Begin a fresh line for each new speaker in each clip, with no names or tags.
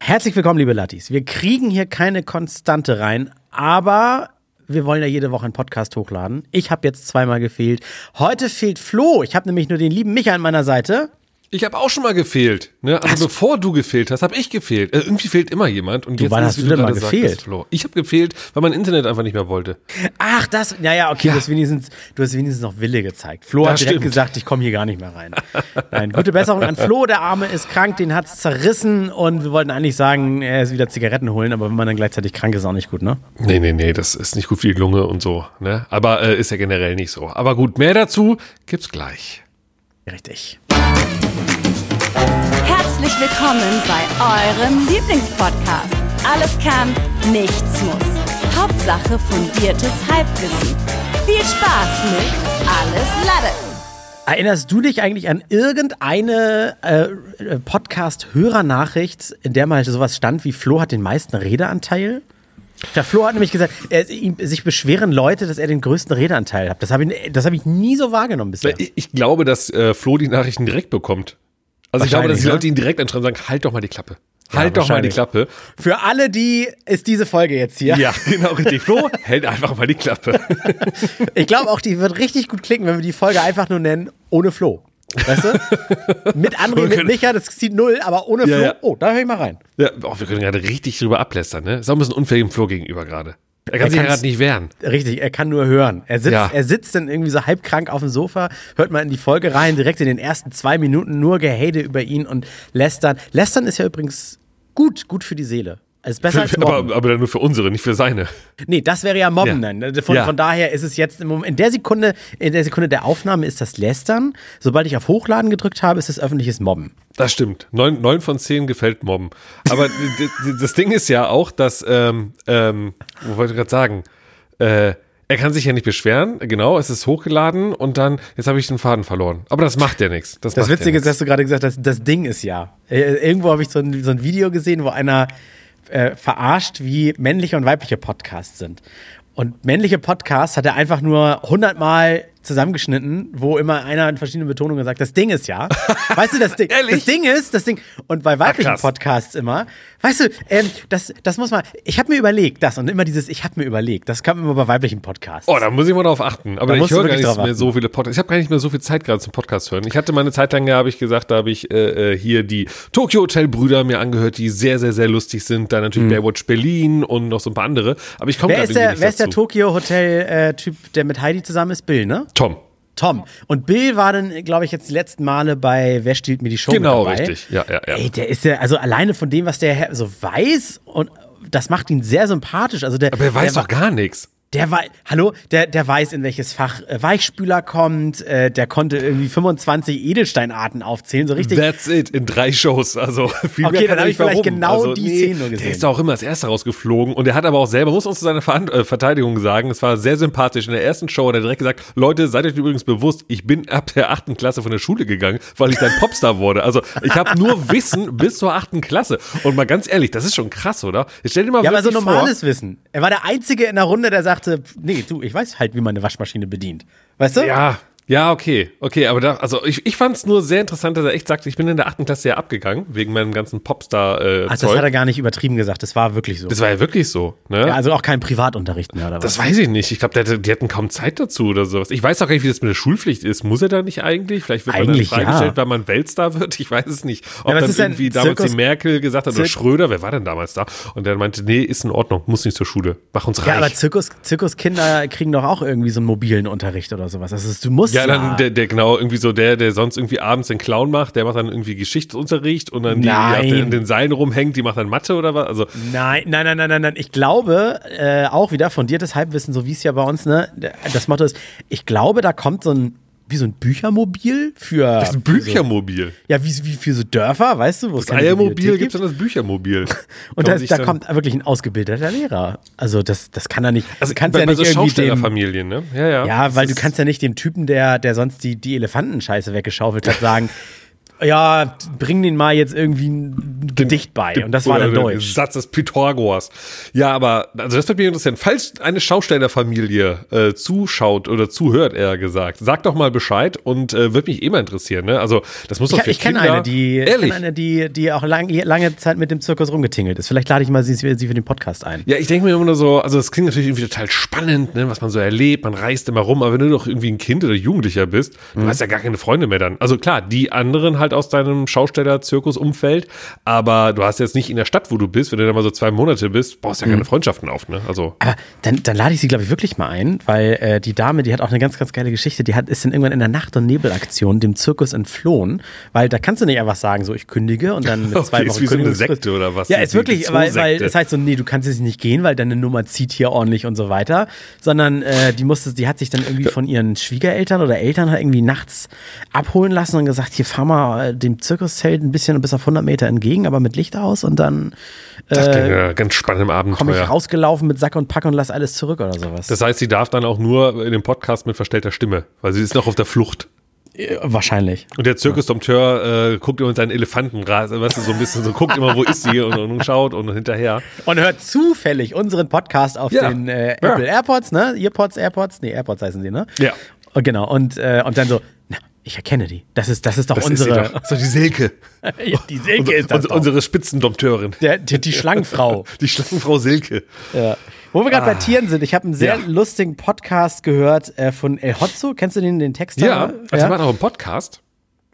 Herzlich willkommen, liebe Lattis. Wir kriegen hier keine Konstante rein, aber wir wollen ja jede Woche einen Podcast hochladen. Ich habe jetzt zweimal gefehlt. Heute fehlt Flo. Ich habe nämlich nur den lieben Micha an meiner Seite.
Ich habe auch schon mal gefehlt. Ne? Also bevor du gefehlt hast, habe ich gefehlt. Äh, irgendwie fehlt immer jemand. Und jetzt
wann
ist,
hast
wie
du denn
gerade
mal gefehlt?
Flo. Ich habe gefehlt, weil mein Internet einfach nicht mehr wollte.
Ach, das. Naja, okay, Du, hast wenigstens, du hast wenigstens noch Wille gezeigt. Flo
Das
hat direkt
stimmt.
gesagt, ich komme hier gar nicht mehr rein. Nein, gute Besserung an Flo. Der Arme ist krank, den hat's zerrissen und wir wollten eigentlich sagen, er ist wieder Zigaretten holen, aber wenn man dann gleichzeitig krank ist, auch nicht gut, ne?
Nee, nee, nee, das ist nicht gut für die Lunge und so. Ne? Aber äh, ist ja generell nicht so. Aber gut, mehr dazu gibt's gleich.
Richtig.
Herzlich willkommen bei eurem Lieblingspodcast. Alles kann, nichts muss. Hauptsache fundiertes Halbwissen. Viel Spaß mit Alles Lade.
Erinnerst du dich eigentlich an irgendeine äh, Podcast-Hörernachricht, in der mal sowas stand wie Flo hat den meisten Redeanteil? Der Flo hat nämlich gesagt, er, ihm, sich beschweren Leute, dass er den größten Redeanteil hat. Das habe ich, das hab ich nie so wahrgenommen bisher.
Ich, ich glaube, dass äh, Flo die Nachrichten direkt bekommt. Also ich glaube, dass
Wahrscheinlich,
die
ne?
Leute ihn direkt anschreiben und sagen, halt doch mal die Klappe. Halt doch mal die
wahrscheinlich.
Klappe.
Für alle, die ist diese Folge jetzt hier.
Ja, genau richtig. Flo, hält einfach mal die Klappe.
Ich glaube auch, die wird richtig gut klicken, wenn wir die Folge einfach nur nennen, ohne Flo. Weißt du? mit André,
Wir
mit
können-
Micha, das zieht null, aber ohne Flo.
ja.
Oh, da höre ich mal rein.
Ja, oh, wir können gerade richtig drüber ablästern, ne? Ist auch ein bisschen unfair dem Flo gegenüber gerade. Er kann
Er
sich ja
kann's-
gerade nicht wehren.
Richtig, er kann nur hören. Er sitzt,
Ja.
er sitzt dann irgendwie so halbkrank auf dem Sofa, hört mal in die Folge rein, direkt in den ersten zwei Minuten nur Gehäde über ihn und lästern. Lästern ist ja übrigens gut, gut für die Seele. Es ist besser als Mobben.
aber, aber dann nur für unsere, nicht für seine.
nee, das wäre ja Mobben
Ja.
dann. ne? Von,
Ja.
von daher ist es jetzt im Moment, in der Sekunde, in der Sekunde der Aufnahme ist das Lästern. Sobald ich auf Hochladen gedrückt habe, ist es öffentliches Mobben.
Das stimmt. Neun, neun von zehn gefällt Mobben. Aber d- d- das Ding ist ja auch, dass, ähm, ähm, wo wollte ich gerade sagen? Äh, er kann sich ja nicht beschweren, genau, es ist hochgeladen und dann, jetzt habe ich den Faden verloren. Aber das macht ja nichts. Das,
Das
macht ja
Witzige ist, dass
nichts.
du gerade gesagt hast, das Ding ist ja. Äh, Irgendwo habe ich so ein, so ein Video gesehen, wo einer äh, verarscht, wie männliche und weibliche Podcasts sind. Und männliche Podcasts hat er einfach nur 100 Mal zusammengeschnitten, wo immer einer in verschiedenen Betonungen sagt, das Ding ist ja. Weißt du, das Ding,
Ehrlich?
das Ding ist, das Ding. Und bei weiblichen
krass.
Podcasts immer, weißt du, ähm, das, das muss man, ich habe mir überlegt, das und immer dieses, ich habe mir überlegt, das kam immer bei weiblichen Podcasts.
Oh, da muss ich mal drauf achten. Aber
Da
ich
musst du
höre gar
wirklich
nicht
drauf
mehr so viele Podcasts. Ich habe gar nicht mehr so viel Zeit gerade zum Podcast hören. Ich hatte mal eine Zeit lang, da habe ich gesagt, da habe ich äh, äh, hier die Tokyo Hotel Brüder mir angehört, die sehr, sehr, sehr lustig sind. Dann natürlich Baywatch Berlin und noch so ein paar andere. Aber ich komme
Mhm. wer
gerade
ist
irgendwie
der,
nicht
wer ist der
dazu.
Tokyo Hotel-Typ, der mit Heidi zusammen ist? Bill, ne?
Tom.
Tom. Und Bill war dann, glaube ich, jetzt die letzten Male bei Wer stiehlt mir die Show?
Genau,
mit dabei.
richtig. Ja, ja, ja.
Ey, der ist ja, also alleine von dem, was der so weiß und das macht ihn sehr sympathisch. Also der,
Aber er weiß
der,
doch gar nichts.
der war, hallo, der, der weiß, in welches Fach äh, Weichspüler kommt, äh, der konnte irgendwie 25 Edelsteinarten aufzählen, so richtig.
That's it, in drei Shows. Also viel
Okay,
mehr
dann
kann er
hab
nicht
ich vielleicht
warum.
genau
also,
die Szene nur gesehen.
Der ist auch immer als erster rausgeflogen und er hat aber auch selber, muss uns zu seiner Veran- äh, Verteidigung sagen, es war sehr sympathisch. In der ersten Show hat er direkt gesagt, Leute, seid euch übrigens bewusst, ich bin ab der achten Klasse von der Schule gegangen, weil ich dann Popstar wurde. Also ich habe nur Wissen bis zur achten Klasse. Und mal ganz ehrlich, das ist schon krass, oder? Jetzt stell dir mal
ja, aber so
wirklich
normales
vor,
Wissen. Er war der Einzige in der Runde, der sagte, nee, du, ich weiß halt, wie man eine Waschmaschine bedient. Weißt du?
Ja. Ja, okay, okay, aber da, also ich, ich fand es nur sehr interessant, dass er echt sagte, ich bin in der achten Klasse ja abgegangen, wegen meinem ganzen äh, Popstar-Zeug.
Ach, Also, das hat er gar nicht übertrieben gesagt, das war wirklich so.
Das war ja wirklich so, ne?
ja, also auch kein Privatunterricht mehr, oder was?
das weiß ich nicht. Ich glaube, der hatte- die hatten kaum Zeit dazu oder sowas. Ich weiß auch gar nicht, wie das mit der Schulpflicht ist. Muss er da nicht eigentlich? Vielleicht wird
Eigentlich
man dann
ja.
freigestellt, weil man Weltstar wird. Ich weiß es nicht. Ob
aber es
dann
ist ja ein
irgendwie damals
Zirkus-
die Merkel gesagt hat oder
Zirk-
Schröder, wer war denn damals da? Und der meinte, nee, ist in Ordnung, muss nicht zur Schule. Mach uns
Ja, aber
reich.
Zirkus, Zirkuskinder kriegen doch auch irgendwie so einen mobilen Unterricht oder sowas. Also du musst
Ja, dann der, der genau irgendwie so der, der sonst irgendwie abends den Clown macht, der macht dann irgendwie Geschichtsunterricht und dann die, die auf
Nein.
den, in den Seilen rumhängt, die macht dann Mathe oder was? Also
Nein, nein, nein, nein, nein, nein. Ich glaube, äh, auch wieder fundiertes Halbwissen, so wie es ja bei uns, ne? Das Motto ist, ich glaube, da kommt so ein, wie so ein Büchermobil für.
das Büchermobil.
Ja, wie, wie für so Dörfer, weißt du, wo es
Das
keine
Eiermobil
Bibliothek
gibt's dann das Büchermobil.
Und
Kann
da,
man sich
da
dann-
kommt wirklich ein ausgebildeter Lehrer. Also das, das kann er nicht.
Also
du kannst
bei,
ja
bei
nicht
so
irgendwie dem,
Schaustellerfamilien, ne? Ja, ja.
Ja,
Das
weil du
ist-
kannst ja nicht dem Typen, der, der sonst die, die Elefantenscheiße weggeschaufelt hat, sagen, ja, bring den mal jetzt irgendwie ein Gedicht bei. und das war
Oder
dann
der
Deutsch.
Satz des Pythagoras. Ja, aber also das würde mich interessieren. Falls eine Schaustellerfamilie äh, zuschaut oder zuhört, eher gesagt, sagt doch mal Bescheid und äh, würde mich eh mal interessieren. Ne? Also das muss doch
Ich,
für
ich kenne
Kinder-
eine, die, ich
ehrlich.
kenn eine die, die auch lang, lange Zeit mit dem Zirkus rumgetingelt ist. Vielleicht lade ich mal sie, sie für den Podcast ein.
Ja, ich denke mir immer nur so, also das klingt natürlich irgendwie total spannend, ne, was man so erlebt, man reist immer rum, aber wenn du doch irgendwie ein Kind oder Jugendlicher bist, du hast ja gar keine Freunde mehr dann. Also klar, die anderen halt aus deinem Schausteller-Zirkus-Umfeld, aber du hast jetzt nicht in der Stadt, wo du bist, wenn du da mal so zwei Monate bist, baust ja keine Freundschaften auf, ne? Also
Aber dann, dann lade ich sie, glaube ich, wirklich mal ein, weil äh, die Dame, die hat auch eine ganz, ganz geile Geschichte. Die hat, ist dann irgendwann in der Nacht- und Nebelaktion dem Zirkus entflohen, weil da kannst du nicht einfach sagen, so ich kündige und dann mit
Okay,
zwei
ist
Wochen.
wie so eine
Kündigungsfrist.
Sekte oder was?
Ja,
Ist
ist
wie
wirklich,
eine
weil, weil
Zoo-Sekte.
es heißt so, nee, du kannst jetzt nicht gehen, weil deine Nummer zieht hier ordentlich und so weiter, sondern äh, die musste, die hat sich dann irgendwie von ihren Schwiegereltern oder Eltern halt irgendwie nachts abholen lassen und gesagt, hier fahr mal äh, dem Zirkuszelt ein bisschen und bis auf 100 Meter entgegen, aber mit Licht aus und dann
das klingt ja ganz spannend im Abenteuer.
komme ich rausgelaufen mit Sack und Pack und lass alles zurück oder sowas.
Das heißt, sie darf dann auch nur in dem Podcast mit verstellter Stimme, weil sie ist noch auf der Flucht.
Äh, Wahrscheinlich.
Und der Zirkusdompteur äh, guckt immer in seinen Elefanten, weißt du, so ein bisschen, so guckt immer, wo ist sie und, und schaut und hinterher.
Und hört zufällig unseren Podcast auf
Ja.
den äh,
Ja.
Apple AirPods, ne? Earpods, AirPods, nee, AirPods heißen sie, ne?
Ja.
Und genau, und, äh, und dann so, na, ich erkenne die. Das ist, das ist doch
Das
unsere.
ist sie doch. So die Silke.
Ja, die Silke
Unsere-
ist das doch.
Unsere Spitzendompteurin.
Der, die, die Schlangenfrau.
Die Schlangenfrau Silke.
ja. Wo wir gerade bei Tieren sind, ich habe einen sehr
Ah. Ja.
lustigen Podcast gehört äh, von El Hotzo. Kennst du den, den Text?
Ja,
da?
also der macht auch einen Podcast.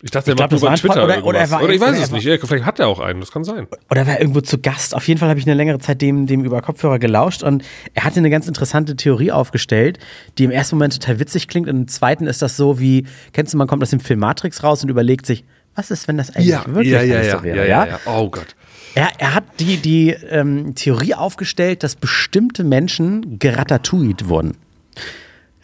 Ich dachte, der
glaub,
macht nur
das war
bei
ein Pod-
Twitter
oder-
irgendwas.
oder er war-
oder ich weiß
oder er
es
war-
nicht. Ja, vielleicht hat er auch einen, das kann sein.
oder war irgendwo zu Gast. Auf jeden Fall habe ich eine längere Zeit dem, dem über Kopfhörer gelauscht und er hatte eine ganz interessante Theorie aufgestellt, die im ersten Moment total witzig klingt und im zweiten ist das so wie, kennst du, man kommt aus dem Film Matrix raus und überlegt sich, was ist, wenn das eigentlich wirklich
ja, ja,
alles
ja,
so wäre?
ja, ja, ja. Oh Gott.
Er, er hat die, die ähm, Theorie aufgestellt, dass bestimmte Menschen geratatouillet wurden.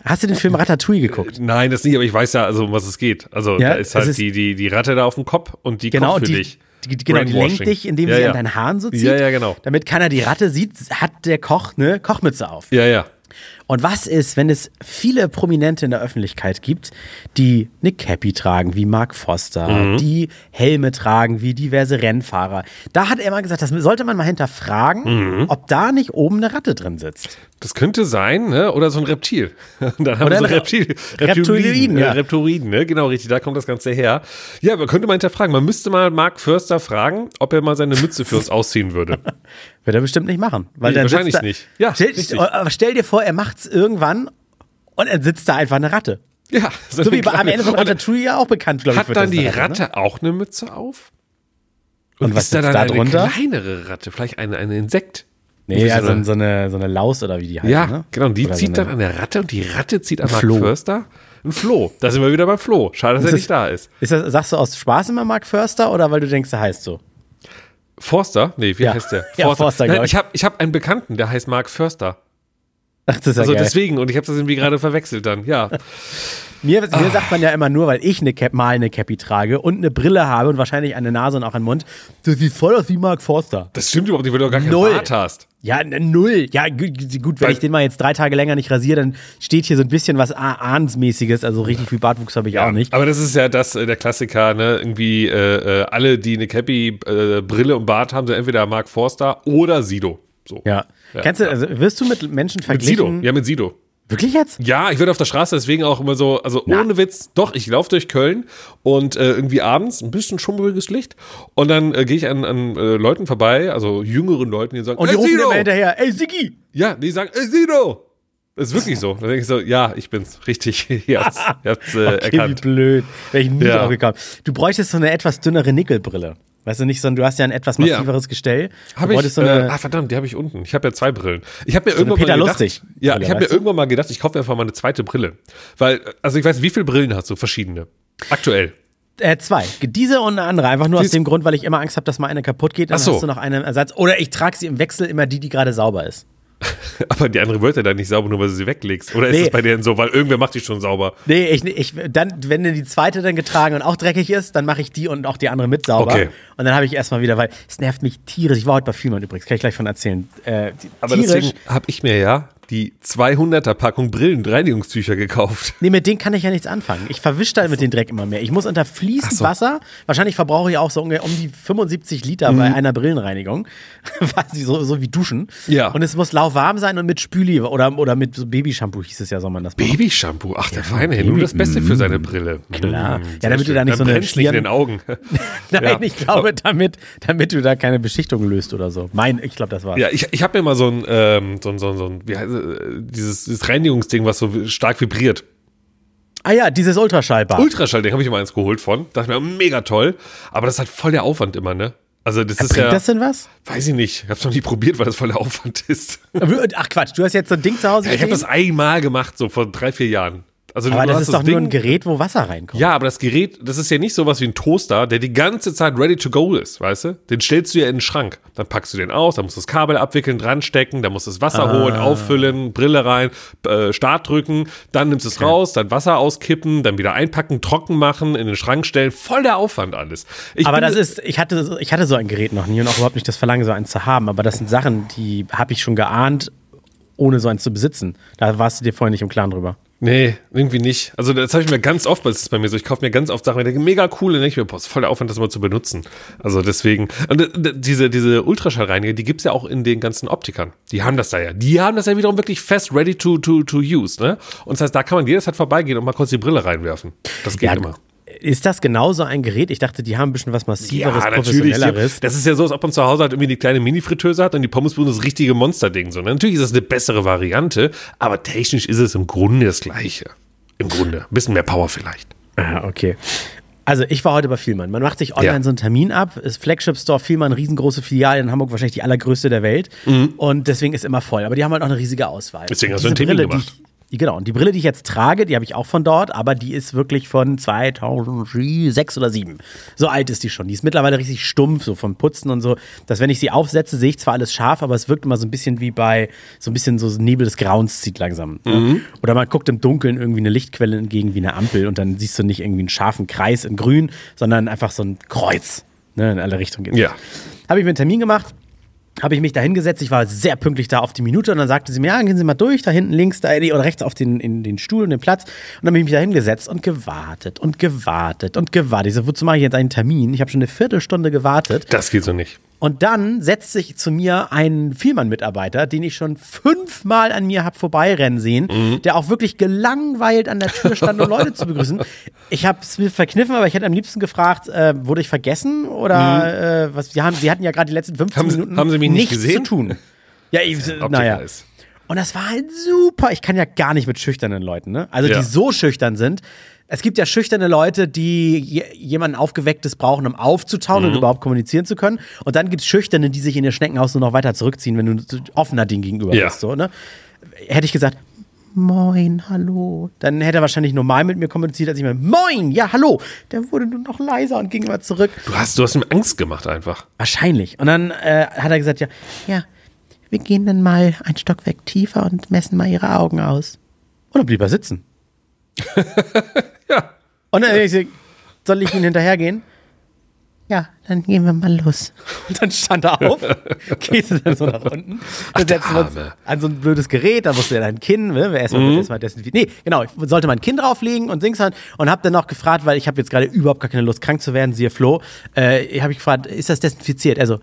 Hast du den Film Ratatouille geguckt?
Nein, das nicht, aber ich weiß ja, also, um was es geht. Also,
Ja,
da ist
es
halt
ist-
die, die, die Ratte da auf dem Kopf und die
Genau,
kocht für
die,
dich.
Die, die, genau, die lenkt
Brainwashing.
dich, indem
ja,
sie
ja.
an deinen Haaren so zieht.
Ja, ja, genau.
Damit keiner die Ratte sieht, hat der Koch eine Kochmütze auf.
Ja, ja.
Und was ist, wenn es viele Prominente in der Öffentlichkeit gibt, die eine Cappy tragen, wie Mark Foster,
Mhm.
die Helme tragen, wie diverse Rennfahrer? Da hat er mal gesagt, das sollte man mal
Mhm.
hinterfragen, ob da nicht oben eine Ratte drin sititzt.
Das könnte sein, ne? oder so ein Reptil. Und dann haben
Oder
wir so
ein Re-
Reptil,
Reptiloiden, ja.
äh, Reptoriden, ne? genau richtig, da kommt das Ganze her. Ja, man könnte mal hinterfragen, man müsste mal Mark Förster fragen, ob er mal seine Mütze für uns ausziehen würde.
Wird er bestimmt nicht machen. Weil
Nee,
dann sitzt
wahrscheinlich
da,
nicht. Ja,
stell, äh,
richtig.
aber stell dir vor, er macht's irgendwann und dann sitzt da einfach eine Ratte.
Ja,
So
eine
wie bei, am
kleine-
Ende von
Und
Ratatouille ja auch bekannt, glaube ich.
Hat
wird
dann
das
die
eine
Ratte
ne?
auch eine Mütze auf?
Und was
ist da
sitzt
dann
da
eine
drunter?
kleinere Ratte, vielleicht ein, ein Insekt?
Nee, ja,
so
so,
eine-
so, eine, so eine Laus oder wie die heißt.
Ja,
ne?
genau. Und die
Oder so
zieht
eine-
dann an der Ratte und die Ratte zieht an Mark
Floh.
Förster. Ein Floh. Da sind wir wieder beim Floh. Schade, dass er
Das-
nicht da ist.
Ist das, sagst du aus Spaß immer Mark Förster oder weil du denkst, er heißt so?
Forster? Nee, wie
Ja.
heißt der?
Ja, Forster,
Nein,
glaub ich.
ich habe ich hab einen Bekannten, der heißt Mark Förster.
Ach, das ist ja
Also
geil.
deswegen, und ich habe das irgendwie gerade verwechselt dann. Ja,
Mir, mir sagt man ja immer nur, weil ich eine Cap, mal eine Cappy trage und eine Brille habe und wahrscheinlich eine Nase und auch einen Mund. Du siehst voll aus wie Mark Forster.
das stimmt überhaupt nicht, weil du gar keinen
Null.
Bart hast.
Ja, n- null. Ja, gut, gut wenn
Weil-
ich den mal jetzt drei Tage länger nicht rasiere, dann steht hier so ein bisschen was A- Ahnsmäßiges. Also richtig viel Bartwuchs habe ich auch nicht.
Aber das ist ja das, äh, der Klassiker, ne? Irgendwie äh, äh, alle, die eine Cappy, äh, Brille und Bart haben, sind entweder Mark Forster oder Sido. So.
Ja. Kennst du, also wirst du mit Menschen
Mit Sido,
verglichen?
ja, mit Sido.
Wirklich jetzt?
Ja, ich werde auf der Straße deswegen auch immer so, also ohne Witz, doch, ich laufe durch Köln und äh, irgendwie abends ein bisschen schummriges Licht und dann äh, gehe ich an, an äh, Leuten vorbei, also jüngeren Leuten, die sagen,
Und die
"Ey,
rufen
Sido!"
immer hinterher, ey Siggi!
Ja, die sagen, ey, Sido! Das ist wirklich so. Da denke ich so, ja, ich bin's, richtig, ihr habt's, ihr habt's äh,
Okay, wie
erkannt.
blöd. Wäre ich nie
Ja.
drauf gekommen. Du bräuchtest so eine etwas dünnere Nickelbrille. Weißt du nicht, sondern du hast ja ein etwas
Ja.
massiveres Gestell.
Hab
du
ich,
bräuchtest so
äh,
eine,
ah verdammt, die habe ich unten. Ich habe ja zwei Brillen. Ich habe mir irgendwann
Peter
mal gedacht,
Lustig
ja,
Brille,
ich habe mir
weißt du?
irgendwann mal gedacht, ich kaufe mir einfach mal eine zweite Brille, weil also ich weiß, wie viele Brillen hast du verschiedene aktuell?
äh, zwei. Diese und eine andere. Einfach nur aus
Dies-
dem Grund, weil ich immer Angst habe, dass mal eine kaputt geht. Dann
Ach so.
hast du noch einen im Ersatz. Oder ich trage sie im Wechsel immer die, die gerade sauber ist.
Aber die andere wird ja dann nicht sauber, nur weil du sie weglegst. Oder ist
Nee.
das bei denen so, weil irgendwer macht die schon sauber?
Nee, ich, ich, dann, wenn die zweite dann getragen und auch dreckig ist, dann mache ich die und auch die andere mit sauber.
Okay.
Und dann habe ich erstmal wieder, weil es nervt mich tierisch. Ich war heute bei Filmen übrigens, kann ich gleich von erzählen. Äh,
Aber
tierisch.
deswegen habe ich mir ja die 200er Packung Brillenreinigungstücher gekauft.
Nee, mit denen kann ich ja nichts anfangen. Ich verwische da mit dem Dreck immer mehr. Ich muss unter fließend
so.
Wasser, wahrscheinlich verbrauche ich auch so ungefähr um die 75 Liter
Mhm.
bei einer Brillenreinigung. Weiß nicht, so, so wie Duschen.
Ja.
Und es muss lauwarm sein und mit Spüli oder, oder mit so Babyshampoo hieß es ja, soll man das machen.
Babyshampoo, ach der feine, Herr, nur das Beste für seine Brille.
Klar.
Mm,
Ja,
sehr
damit du
schön.
da nicht
Dann
so eine
brennt's nicht in
Stirn-
den Augen.
Nein,
Ja.
ich glaube, damit, damit du da keine Beschichtung löst oder so. Mein, ich glaube, das war's.
Ja, ich, ich habe mir mal so ein, ähm, so ein, so ein, so ein wie heißt, es, äh, dieses, dieses Reinigungsding, was so stark vibriert.
Ah ja, dieses Ultraschallbad.
Ultraschall, den habe ich mal eins geholt von. Dachte mir, mega toll. Aber das hat voll der Aufwand immer, ne? Also das ist
Bringt
ja,
das denn was?
weiß ich nicht, ich habe es noch nie probiert, weil das voll der Aufwand ist.
Ach Quatsch, du hast jetzt so ein Ding zu Hause
Ja, ich habe
stehen?
das einmal gemacht, so vor drei, vier Jahren. Also
Aber
du
das
hast
ist doch nur ein Gerät, wo Wasser reinkommt.
Ja, aber das Gerät, das ist ja nicht sowas wie ein Toaster, der die ganze Zeit ready to go ist, weißt du? Den stellst du ja in den Schrank. Dann packst du den aus, dann musst du das Kabel abwickeln, dranstecken, dann musst du das Wasser
Ah.
holen, auffüllen, Brille rein, äh, Start drücken, dann nimmst du es raus, dann Wasser auskippen, dann wieder einpacken, trocken machen, in den Schrank stellen. Voll der Aufwand alles. Ich
aber
bin-
das ist, ich hatte, so- ich hatte so ein Gerät noch nie und auch überhaupt nicht das Verlangen, so eins zu haben. Aber das sind Sachen, die habe ich schon geahnt, ohne so eins zu besitzen. Da warst du dir vorhin nicht im Klaren drüber.
Nee, irgendwie nicht. Also das habe ich mir ganz oft, das ist bei mir so, ich kaufe mir ganz oft Sachen, ich denke, mega cool, und denke ich mir, boah, ist voll der Aufwand, das mal zu benutzen. Also deswegen, und d- d- diese, diese Ultraschallreiniger, die gibt's ja auch in den ganzen Optikern. Die haben das da ja. Die haben das ja wiederum wirklich fest ready to, to, to use, ne? Und das heißt, da kann man jederzeit vorbeigehen und mal kurz die Brille reinwerfen. Das geht immer.
Ist das genau so ein Gerät? Ich dachte, die haben ein bisschen was massiveres, professionelleres.
Das ist ja so, als ob man zu Hause halt irgendwie die kleine Mini-Fritteuse hat und die Pommesbude das richtige Monsterding. So, ne? Natürlich ist das eine bessere Variante, aber technisch ist es im Grunde das Gleiche. Im Grunde. Ein bisschen mehr Power vielleicht.
Ah, okay. Also ich war heute bei Vielmann. Man macht sich online
Ja.
so einen Termin ab. Ist Flagship Store Vielmann, riesengroße Filiale in Hamburg, wahrscheinlich die allergrößte der Welt. Und deswegen ist immer voll. Aber die haben halt auch eine riesige Auswahl.
Mhm. Deswegen
Und
hast du
diese
einen Termin
Brille, die ich- Die, genau. Und die Brille, die ich jetzt trage, die habe ich auch von dort, aber die ist wirklich von 2006 oder 7. So alt ist die schon. Die ist mittlerweile richtig stumpf, so vom Putzen und so. Dass wenn ich sie aufsetze, sehe ich zwar alles scharf, aber es wirkt immer so ein bisschen wie bei so ein bisschen so Nebel des Grauens zieht langsam. ne? Oder man guckt im Dunkeln irgendwie eine Lichtquelle entgegen wie eine Ampel und dann siehst du nicht irgendwie einen scharfen Kreis in Grün, sondern einfach so ein Kreuz. Ne, in alle Richtungen geht's.
Ja.
Habe ich mir einen Termin gemacht habe ich mich da hingesetzt. Ich war sehr pünktlich da auf die Minute und dann sagte sie mir, ja, gehen Sie mal durch, da hinten links da, nee, oder rechts auf den, in den Stuhl und den Platz. Und dann bin ich mich da hingesetzt und gewartet und gewartet und gewartet. Ich so, wozu mache ich jetzt einen Termin? Ich habe schon eine Viertelstunde gewartet.
Das geht so nicht.
Und dann setzt sich zu mir ein Vielmann-Mitarbeiter, den ich schon fünfmal an mir hab vorbeirennen sehen,
Mhm.
der auch wirklich gelangweilt an der Tür stand, um Leute zu begrüßen. Ich habe es mir verkniffen, aber ich hätte am liebsten gefragt, äh, wurde ich vergessen oder äh, was? Sie, haben, Sie hatten ja gerade die letzten 15
Mhm. Haben Sie-
Minuten
haben Sie mich nicht
nichts
gesehen?
zu tun. Ja, ich,
Optiker
naja.
ist.
Und das war halt super. Ich kann ja gar nicht mit schüchternen Leuten, ne? Also
Ja.
die so schüchtern sind. Es gibt ja schüchterne Leute, die je- jemanden Aufgewecktes brauchen, um aufzutauen
Mhm.
und überhaupt kommunizieren zu können. Und dann gibt's Schüchterne, die sich in ihr Schneckenhaus nur noch weiter zurückziehen, wenn du offener denen gegenüber
Ja.
bist. So, ne? Hätte ich gesagt, Moin, hallo. Dann hätte er wahrscheinlich normal mit mir kommuniziert, als ich mir, Moin, ja, hallo. Der wurde nur noch leiser und ging immer zurück.
Du hast, du hast ihm Angst gemacht einfach.
Wahrscheinlich. Und dann äh, hat er gesagt, ja, ja, wir gehen dann mal ein Stockwerk tiefer und messen mal ihre Augen aus. Und dann blieb er sitzen.
Ja.
Und dann ich so, soll ich ihn hinterhergehen? Ja, dann gehen wir mal los. Und dann stand er auf, geht dann so nach unten. Dann setzen wir uns
Arme.
an so ein blödes Gerät, da musste er dein Kinn, ne? erstmal mhm. erstmal desinfizieren. Nee, genau, ich sollte mein Kinn drauflegen und Dings halt. Und habe dann noch gefragt, weil ich habe jetzt gerade überhaupt gar keine Lust, krank zu werden, siehe Flo. Äh, habe ich gefragt, ist das desinfiziert? Also,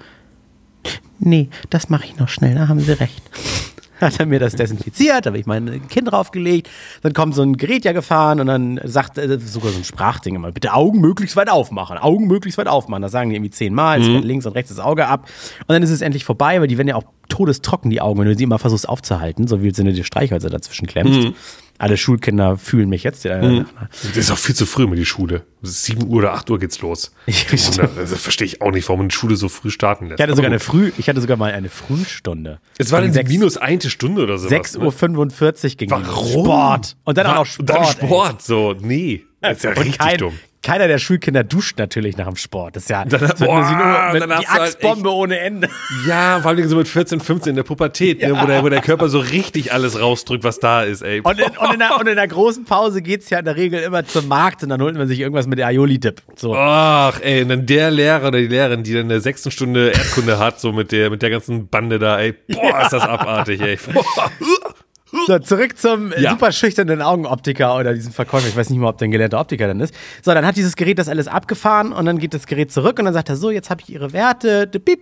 nee, das mache ich noch schnell, da haben Sie recht. Hat er mir das desinfiziert, habe ich mein Kinn draufgelegt. Dann kommt so ein Gerät ja gefahren und dann sagt äh, sogar so ein Sprachding immer, bitte Augen möglichst weit aufmachen, Augen möglichst weit aufmachen. Das sagen die irgendwie zehnmal, es
Mhm.
fällt links und rechts das Auge ab. Und dann ist es endlich vorbei, weil die werden ja auch todestrocken, die Augen, wenn du sie immer versuchst aufzuhalten, so wie als wenn du dir Streichhölzer dazwischen klemmst.
Mhm.
Alle Schulkinder fühlen mich jetzt. Äh,
Das ist auch viel zu früh mit die Schule. 7 Uhr oder 8 Uhr geht's los.
Ja, stimmt.
Wunder- Also, das verstehe ich auch nicht, warum man die Schule so früh starten lässt.
Ich hatte
Aber
sogar eine
gut.
Früh, ich hatte sogar mal eine Frühstunde.
es war
Von
dann die
sechs-
minus eine Stunde oder sowas. ne?
6.45 Uhr ging
Warum?
die los. Sport. Und dann auch noch Sport.
Und dann
ey.
Sport, so. Nee. Das ist ja
und
richtig
kein,
dumm.
keiner der Schulkinder duscht natürlich nach dem Sport. Das ist ja
Dann-
das wird eine
boah,
Synone-
dann
die
hast du halt
Axtbombe ohne Ende.
Ja, vor allem so mit 14, 15 in der Pubertät, ne, wo, der, wo der Körper so richtig alles rausdrückt, was da ist, ey.
Und in, und in, der, und in der großen Pause geht es ja in der Regel immer zum Markt und dann holt man sich irgendwas mit der Aioli-Dip. So.
Ach, ey, und dann der Lehrer oder die Lehrerin, die dann in der sechsten Stunde Erdkunde hat, so mit der, mit der ganzen Bande da, ey. Boah, ist das abartig, ey. Boah.
So, zurück zum
Ja.
super schüchternen Augenoptiker oder diesem Verkäufer. Ich weiß nicht mal, ob der ein gelernter Optiker dann ist. So, dann hat dieses Gerät das alles abgefahren und dann geht das Gerät zurück und dann sagt er so, jetzt habe ich ihre Werte. De bip.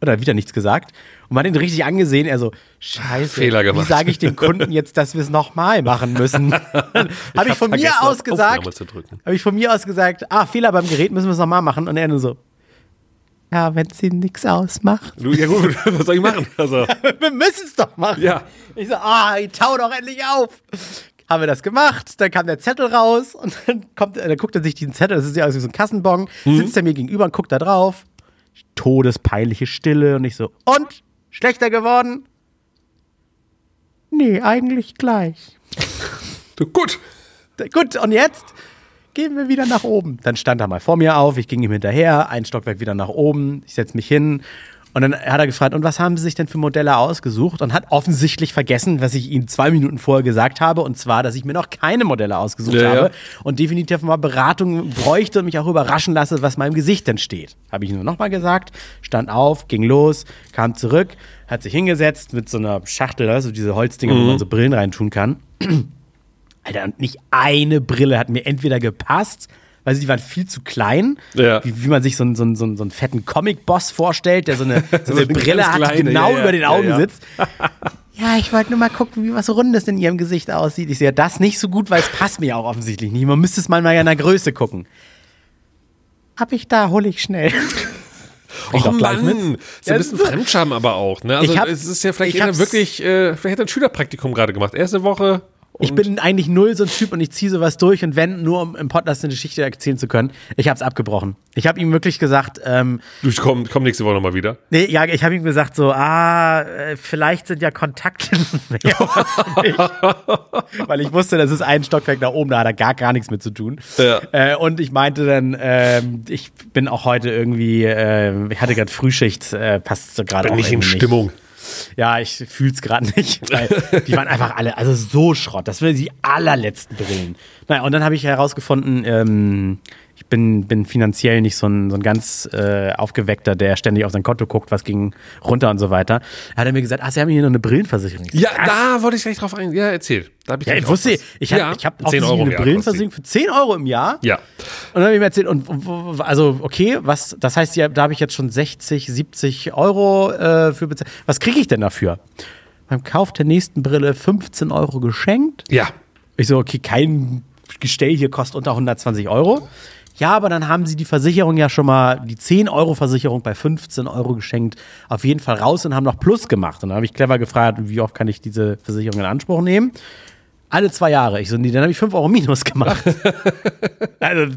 Oder wieder nichts gesagt. Und man hat ihn richtig angesehen. Er so, scheiße,
Fehler
wie
gemacht.
sage ich dem Kunden jetzt, dass wir es nochmal machen müssen? habe ich,
hab
von mir
vergessen, auf
aus gesagt,
Aufnahme zu drücken.
habe ich von mir aus gesagt, ah, Fehler beim Gerät, müssen wir es nochmal machen. Und er nur so, ja, wenn es ihnen nichts ausmacht.
Du, ja gut, was soll ich machen? Also,
Wir müssen es doch machen.
Ja.
Ich so, ah, ich tau doch endlich auf. Haben wir das gemacht, dann kam der Zettel raus und dann kommt, äh, dann guckt er sich diesen Zettel, das ist ja alles wie so ein Kassenbon, sitzt er mir gegenüber und guckt da drauf. Todespeinliche Stille und ich so, und? Schlechter geworden? Nee, eigentlich gleich.
du, gut.
Gut, und jetzt gehen wir wieder nach oben. Dann stand er mal vor mir auf, ich ging ihm hinterher, ein Stockwerk wieder nach oben, ich setze mich hin. Und dann hat er gefragt, und was haben Sie sich denn für Modelle ausgesucht? Und hat offensichtlich vergessen, was ich ihm zwei Minuten vorher gesagt habe, und zwar, dass ich mir noch keine Modelle ausgesucht
Ja, ja.
habe und definitiv mal Beratung bräuchte und mich auch überraschen lasse, was meinem Gesicht denn steht. Habe ich nur nochmal gesagt, stand auf, ging los, kam zurück, hat sich hingesetzt mit so einer Schachtel, also diese Holzdinger,
Mhm.
wo man so Brillen reintun kann. Alter, und nicht eine Brille hat mir entweder gepasst, weil sie die waren viel zu klein,
Ja.
wie, wie man sich so einen, so einen, so einen, so einen fetten Comic-Boss vorstellt, der so eine, so
So
eine
eine
Brille
ganz
hat, die
kleine,
genau
ja, ja,
über den
ja,
Augen
ja.
sitzt. Ja, ich wollte nur mal gucken, wie was Rundes in ihrem Gesicht aussieht. Ich sehe das nicht so gut, weil es passt mir auch offensichtlich nicht. Man müsste es mal in einer Größe gucken. Hab ich da, hol ich schnell.
Och
doch gleich
Mann,
mit.
ist ein bisschen Fremdscham aber auch. Ne? Also
Ich hab-
es ist ja vielleicht
ich
eher
hab's-
wirklich, äh, vielleicht hat er ein Schülerpraktikum gerade gemacht. Erste Woche.
Ich bin eigentlich null so ein Typ und ich ziehe sowas durch und wenn, nur um im Podcast eine Geschichte erzählen zu können. Ich hab's abgebrochen. Ich habe ihm wirklich gesagt, ähm,
Du komm, komm nächste Woche nochmal wieder.
Nee, ja, ich habe ihm gesagt so, ah, äh, vielleicht sind ja Kontakte mehr. Weil ich wusste, das ist ein Stockwerk nach oben, da hat er gar, gar nichts mit zu tun.
Ja.
Äh, und ich meinte dann, ähm, ich bin auch heute irgendwie, äh, ich hatte gerade Frühschicht, äh, passt so gerade auch
Bin nicht in
irgendwie
Stimmung.
Ja, ich fühl's gerade nicht, weil die waren einfach alle, also so Schrott. Das waren die allerletzten Brillen. Naja, und dann habe ich herausgefunden, ähm, ich bin, bin finanziell nicht so ein, so ein ganz äh, aufgeweckter, der ständig auf sein Konto guckt, was ging runter und so weiter. Da hat er mir gesagt, ach, Sie haben hier noch eine Brillenversicherung. Ich so,
Ja,
"Krass."
da wollte ich gleich drauf eingehen. Ja, erzähl. Da hab
Ja,
nämlich
ich
auch
wusste,
was.
ich habe
Ja,
ich hab
10
offensichtlich
Euro im
eine
Jahr
Brillenversicherung für 10 Euro im Jahr.
kostet die.
Und dann habe ich mir erzählt, und w- w- also okay, was, das heißt, ja, da habe ich jetzt schon 60, 70 Euro äh, für bezahlt. Was kriege ich denn dafür? Beim Kauf der nächsten Brille 15 Euro geschenkt.
Ja, ja.
Ich so, okay, kein Gestell hier kostet unter 120 Euro. Ja, aber dann haben sie die Versicherung ja schon mal, die 10-Euro-Versicherung bei 15 Euro geschenkt, auf jeden Fall raus und haben noch Plus gemacht. Und dann habe ich clever gefragt, wie oft kann ich diese Versicherung in Anspruch nehmen? Alle zwei Jahre. Ich so, nee, dann habe ich 5 Euro Minus gemacht. also,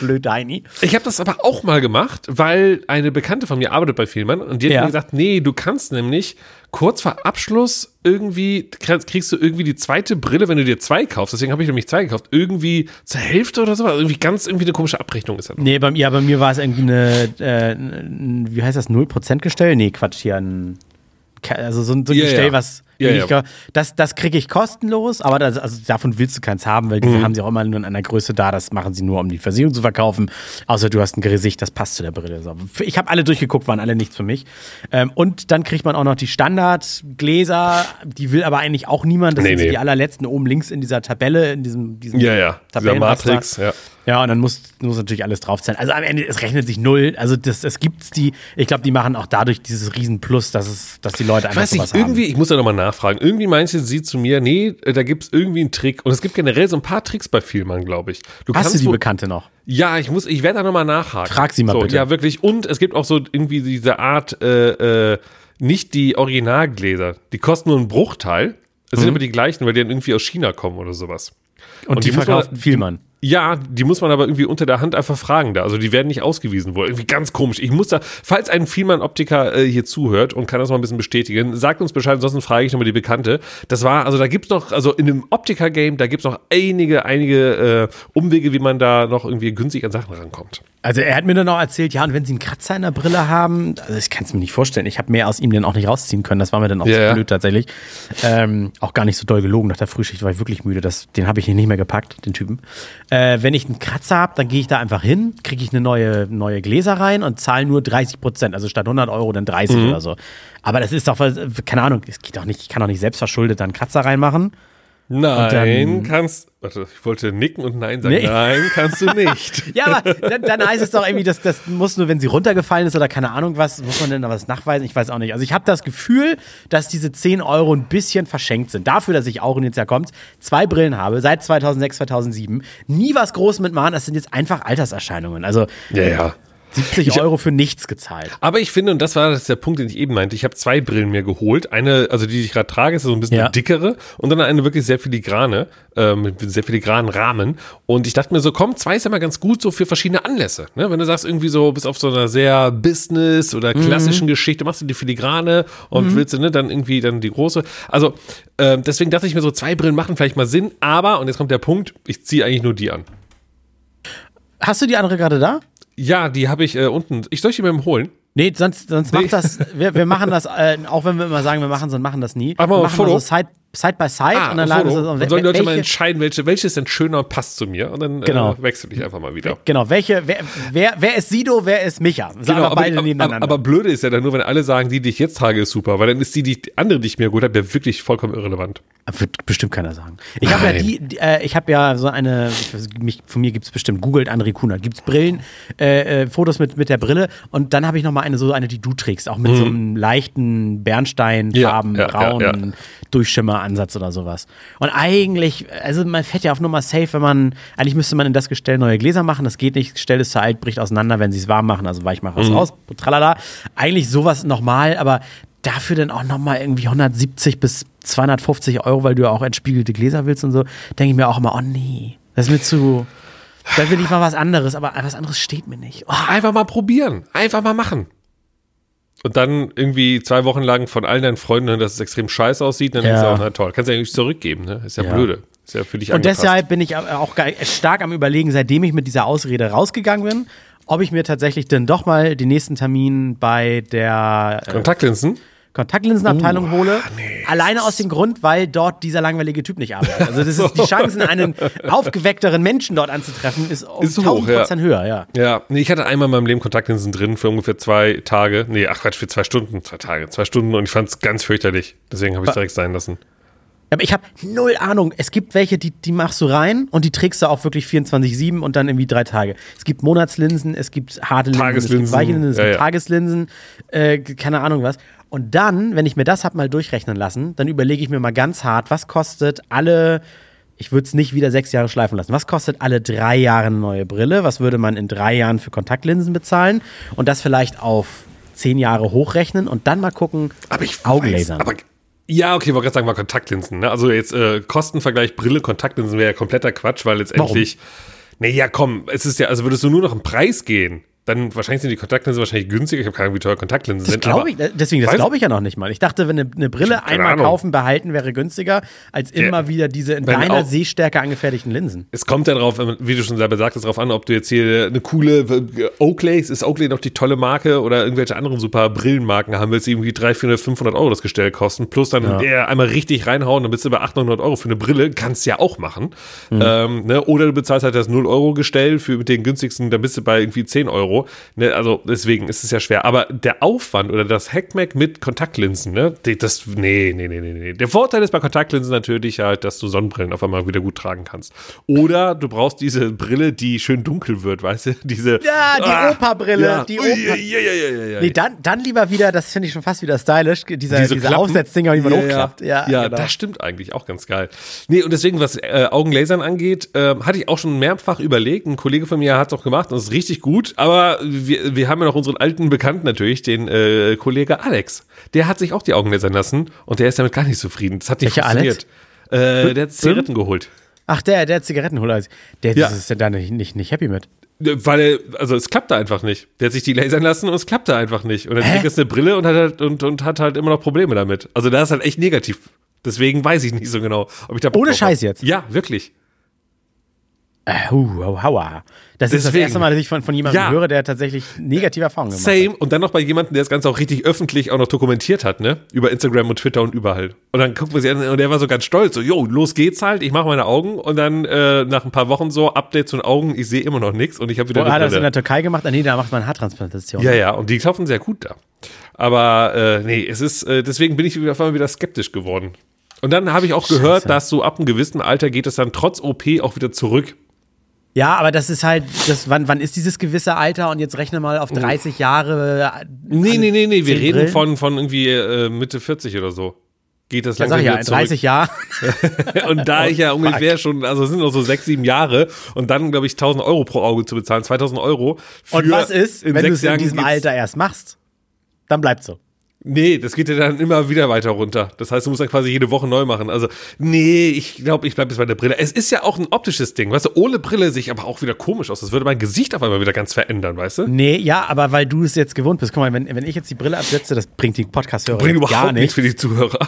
blöd Heini.
Ich habe das aber auch mal gemacht, weil eine Bekannte von mir arbeitet bei Filmern und die hat
Ja.
mir gesagt, nee, du kannst nämlich kurz vor Abschluss irgendwie, kriegst kriegst du irgendwie die zweite Brille, wenn du dir zwei kaufst, deswegen habe ich nämlich zwei gekauft, irgendwie zur Hälfte oder so, also irgendwie ganz irgendwie eine komische Abrechnung ist das.
Nee, bei, ja, bei mir war es irgendwie eine, äh, ein- wie heißt das, 0%-Gestell? Nee, Quatsch, hier ein, Ke- also so ein, so ein
Ja,
Gestell,
ja.
was
Ja,
wenig
ja.
ge- das, das kriege ich kostenlos, aber das, also davon willst du keins haben, weil
Mhm.
diese haben sie auch immer nur in einer Größe da, das machen sie nur, um die Versicherung zu verkaufen, außer du hast ein Gesicht, das passt zu der Brille. So. Ich habe alle durchgeguckt, waren alle nichts für mich. Ähm, und dann kriegt man auch noch die Standardgläser, die will aber eigentlich auch niemand, das
Nee,
sind so
nee.
die allerletzten oben links in dieser Tabelle, in diesem, diesem
Ja, ja, dieser
Tabellenraster.
Matrix, ja.
Ja, und dann muss, muss natürlich alles draufzählen. Also am Ende, es rechnet sich null. Also das, es gibt die, ich glaube, die machen auch dadurch dieses Riesenplus, dass, es, dass die Leute
Ich
einfach
weiß
sowas
nicht,
haben.
irgendwie, ich muss da nochmal nachfragen. Irgendwie meinte sie zu mir, nee, äh, da gibt's irgendwie einen Trick. Und es gibt generell so ein paar Tricks bei Filmern, glaube ich. Du
Hast du die
wohl-
Bekannte noch?
Ja, ich muss, ich werde da nochmal nachhaken.
Frag sie mal
so,
bitte.
Ja, wirklich. Und es gibt auch so irgendwie diese Art, äh, äh, nicht die Originalgläser. Die kosten nur einen Bruchteil. Es sind aber die gleichen, weil die dann irgendwie aus China kommen oder sowas.
Mhm. Und, die,
muss man-
verkauft viel, Mann.
Ja, die muss man aber irgendwie unter der Hand einfach fragen da. Also die werden nicht ausgewiesen wohl. Irgendwie ganz komisch. Ich muss da, falls ein Vielmann-Optiker äh, hier zuhört und kann das mal ein bisschen bestätigen, sagt uns Bescheid, ansonsten frage ich nochmal die Bekannte. Das war, also da gibt's noch, also in dem Optiker-Game, da gibt's noch einige, einige äh, Umwege, wie man da noch irgendwie günstig an Sachen rankommt.
Also er hat mir dann auch erzählt, ja, und wenn sie einen Kratzer in der Brille haben, also ich kann es mir nicht vorstellen. Ich habe mehr aus ihm dann auch nicht rausziehen können. Das war mir dann auch
Ja, ja.
so blöd tatsächlich. Ähm, auch gar nicht so doll gelogen. Nach der Frühschicht war ich wirklich müde. Das, den habe ich hier nicht mehr gepackt, den Typen. Äh, Äh, wenn ich einen Kratzer habe, dann gehe ich da einfach hin, kriege ich eine neue, neue Gläser rein und zahle nur 30 Prozent. Also statt 100 Euro dann 30
Mhm.
oder so. Aber das ist doch, äh, keine Ahnung, es geht doch nicht, ich kann doch nicht selbstverschuldet dann einen Kratzer reinmachen.
Nein, kannst. Warte, ich wollte nicken und Nein sagen.
Nee.
Nein, kannst du nicht.
Ja, aber dann, dann heißt es doch irgendwie, dass das muss nur, wenn sie runtergefallen ist oder keine Ahnung was, muss man denn da was nachweisen? Ich weiß auch nicht. Also ich habe das Gefühl, dass diese 10 Euro ein bisschen verschenkt sind. Dafür, dass ich auch, und jetzt ja kommt, zwei Brillen habe, seit 2006, 2007, nie was groß mitmachen, das sind jetzt einfach Alterserscheinungen. Also
Ja, ja.
70 Euro für nichts gezahlt.
Aber ich finde, und das war das ist der Punkt, den ich eben meinte, ich habe zwei Brillen mir geholt. Eine, also die, die ich gerade trage, ist so ein bisschen
Ja.
eine dickere und dann eine wirklich sehr filigrane, äh, mit sehr filigranen Rahmen. Und ich dachte mir so, komm, zwei ist ja mal ganz gut so für verschiedene Anlässe. Ne? Wenn du sagst, irgendwie so, bist auf so einer sehr Business- oder klassischen Geschichte, machst du die filigrane und willst du ne, dann irgendwie dann die große. Also ähm, deswegen dachte ich mir so, zwei Brillen machen vielleicht mal Sinn, aber, und jetzt kommt der Punkt, ich ziehe eigentlich nur die an.
Hast du die andere gerade da?
Ja, die habe ich äh, unten. Ich soll ich die mir eben holen?
Nee, sonst, sonst
Nee.
macht das, wir, wir machen das, äh, auch wenn wir immer sagen, wir machen so und machen das nie.
Mach mal
wir
ein
machen mal
Foto.
so side, side by side
Ah,
und dann
ein
laden wir
Foto.
das auf.
Dann sollen die Leute mal
Welche-
entscheiden, welche, welches denn schöner und passt zu mir. Und dann
Genau.
äh, wechsel ich einfach mal wieder.
Genau, welche, wer, wer, wer ist Sido, wer ist Micha? Sagen wir
Genau, aber,
beide
aber,
nebeneinander.
aber blöde ist ja dann nur, wenn alle sagen, die, die ich jetzt trage, ist super, weil dann ist die, die die andere, die ich mir geholt habe, ja wirklich vollkommen irrelevant.
Wird bestimmt keiner sagen. Ich habe ja
Nein.
die, die äh, ich habe ja so eine, ich weiß, mich, von mir gibt es bestimmt, googelt André Kuhner, gibt es Brillen, äh, äh, Fotos mit, mit der Brille und dann habe ich nochmal eine, so eine, die du trägst, auch mit
Mhm.
so einem leichten Bernsteinfarben,
Ja, ja, ja,
braunen Durchschimmeransatz oder sowas. Und eigentlich, also man fährt ja auf Nummer safe, wenn man, eigentlich müsste man in das Gestell neue Gläser machen, das geht nicht, Gestell ist zu alt, bricht auseinander, wenn sie es warm machen, also weich mal raus,
Mhm.
raus, tralala. Eigentlich sowas nochmal, aber dafür dann auch nochmal irgendwie 170 bis 250 Euro, weil du ja auch entspiegelte Gläser willst und so, denke ich mir auch immer, oh nee, das ist mir zu, da will ich mal was anderes, aber was anderes steht mir nicht. Oh,
Einfach mal probieren. Einfach mal machen. Und dann irgendwie zwei Wochen lang von allen deinen Freunden, hören, dass es extrem scheiße aussieht, dann
Ja.
denkst du auch, na toll, kannst du ja eigentlich zurückgeben, ne? Ist ja,
Ja.
blöde. Ist ja für dich
Und
angepasst.
deshalb bin ich äh, auch ge- stark am Überlegen, seitdem ich mit dieser Ausrede rausgegangen bin, ob ich mir tatsächlich denn doch mal den nächsten Termin bei der äh,
Kontaktlinsen? Uh,
Kontaktlinsenabteilung hole.
ah,
Alleine aus dem Grund, weil dort dieser langweilige Typ nicht arbeitet. Also das ist die Chancen, einen aufgeweckteren Menschen dort anzutreffen, ist um
Ist
1000
hoch, ja.
Prozent höher. Ja.
Ja, nee, ich hatte einmal in meinem Leben Kontaktlinsen drin für ungefähr zwei Tage. Nee, ach Quatsch, für zwei Stunden. Zwei Tage, zwei Stunden und ich fand's ganz fürchterlich. Deswegen habe ich direkt sein lassen.
Aber ich habe null Ahnung. Es gibt welche, die, die machst du rein und die trägst du auch wirklich 24-7 und dann irgendwie drei Tage. Es gibt Monatslinsen, es gibt harte Linsen, es gibt
Tageslinsen.
weiche Linsen, es
Ja,
gibt
ja.
Tageslinsen, äh, keine Ahnung was. Und dann, wenn ich mir das hab mal durchrechnen lassen, dann überlege ich mir mal ganz hart, was kostet alle, ich würde es nicht wieder sechs Jahre schleifen lassen, was kostet alle drei Jahre eine neue Brille, was würde man in drei Jahren für Kontaktlinsen bezahlen und das vielleicht auf zehn Jahre hochrechnen und dann mal gucken,
Aber ich
Augenlasern.
Weiß, aber ja, okay, wollte gerade sagen, mal Kontaktlinsen. Ne? Also jetzt äh, Kostenvergleich Brille, Kontaktlinsen wäre ja kompletter Quatsch, weil letztendlich. Nee, ja, komm, es ist ja, also würdest du nur noch im Preis gehen, dann wahrscheinlich sind die Kontaktlinsen wahrscheinlich günstiger. Ich habe keine Ahnung, wie teuer Kontaktlinsen
Das
sind.
glaube
aber-
ich, deswegen, das
Weiß-
glaube ich ja noch nicht mal. Ich dachte, wenn eine, eine Brille
keine
einmal
Ahnung.
kaufen, behalten, wäre günstiger, als immer wieder diese in
Wenn
deiner
auch-
Sehstärke angefertigten Linsen.
Es kommt ja drauf, wie du schon selber sagtest, drauf an, ob du jetzt hier eine coole äh, Oakley, ist Oakley noch die tolle Marke oder irgendwelche anderen super Brillenmarken haben willst, die irgendwie 300, 400, 500 Euro das Gestell kosten, plus dann eher einmal richtig reinhauen, dann bist du bei 800, 900 Euro für eine Brille, kannst du ja auch machen. Ähm, ne? Oder du bezahlst halt das 0 Euro Gestell für mit den günstigsten, dann bist du bei irgendwie 10 Euro. Ne? Also deswegen ist es ja schwer. Aber der Aufwand oder das Hackmack mit Kontaktlinsen, ne? Die- Das, nee, nee, nee, nee, nee. Der Vorteil ist bei Kontaktlinsen natürlich halt, dass du Sonnenbrillen auf einmal wieder gut tragen kannst. Oder du brauchst diese Brille, die schön dunkel wird, weißt du? Diese.
Ja, die Opa-Brille, die
Ui,
Opa-
ja, ja, ja, ja, ja.
Nee, dann, dann lieber wieder, das finde ich schon fast wieder stylisch, dieser, diese diese
Klappen.
Aufsetzdinger, die man
ja,
hochklappt.
Ja,
Ja,
ja
genau.
das stimmt eigentlich auch ganz geil. Nee, und deswegen, was äh, Augenlasern angeht, ähm, hatte ich auch schon mehrfach überlegt. Ein Kollege von mir hat es auch gemacht und es ist richtig gut. Aber wir, wir haben ja noch unseren alten Bekannten natürlich, den äh, Kollege Alex. Der hat sich auch die Augen lasern lassen und der ist damit gar nicht zufrieden. Das hat nicht
Welcher
funktioniert. Äh, der hat Zigaretten geholt.
Ach, der, der Zigarettenholer ist. Der
Ja.
das ist ja da nicht, nicht, nicht happy mit.
Weil, er- also es klappte einfach nicht. Der hat sich die lasern lassen und es klappte einfach nicht. Und dann kriegt jetzt eine Brille und hat, halt, und, und hat halt immer noch Probleme damit. Also da ist halt echt negativ. Deswegen weiß ich nicht so genau, ob ich da Bock
Ohne
drauf hab.
Scheiß jetzt?
Ja, wirklich.
Äh, hu- hau- haua. Das ist das
Deswegen.
erste Mal, dass ich von, von jemandem
Ja.
höre, der tatsächlich negative Erfahrungen gemacht hat.
Same. Und dann noch bei jemandem, der das Ganze auch richtig öffentlich auch noch dokumentiert hat, ne? Über Instagram und Twitter und überall. Und dann gucken wir sie an und der war so ganz stolz. So, jo, los geht's halt, ich mache meine Augen. Und dann äh, nach ein paar Wochen so, Updates und Augen, ich sehe immer noch nichts und ich habe wieder
Oh, Hat er das in
Brille.
der Türkei gemacht? Ah, Nee, da macht man Haartransplantation.
Ja, ja, und die laufen sehr gut da. Aber äh, nee, es ist, äh, deswegen bin ich auf einmal wieder skeptisch geworden. Und dann habe ich auch gehört, dass so ab einem gewissen Alter geht es dann trotz OP auch wieder zurück.
Ja, aber das ist halt, das, wann, wann ist dieses gewisse Alter? Und jetzt rechne mal auf
Oh.
30 Jahre. äh,
Nee, nee, nee, nee, wir
Zehn
reden
Brillen?
von, von irgendwie äh, Mitte 40 oder so. Geht das
Ja,
langsam
sag ich ja, Oh,
wieder
in
zurück.
30 Jahren.
Und da ich ja ungefähr schon, also es sind noch so sechs, sieben Jahre und dann, glaube ich, 1000 Euro pro Auge zu bezahlen, 2000 Euro. Für
Und was ist, wenn du
sechs
es in
Jahren
diesem
geht's-
Alter erst machst? Dann bleibt so.
Nee, das geht ja dann immer wieder weiter runter. Das heißt, du musst dann quasi jede Woche neu machen. Also, nee, ich glaube, ich bleibe jetzt bei der Brille. Es ist ja auch ein optisches Ding, weißt du, ohne Brille sehe ich aber auch wieder komisch aus. Das würde mein Gesicht auf einmal wieder ganz verändern, weißt du?
Nee, ja, aber weil du es jetzt gewohnt bist. Guck mal, wenn, wenn ich jetzt die Brille absetze, das bringt den Podcast-Hörer
Bringt
jetzt
überhaupt
gar
nichts
nichts.
für die Zuhörer.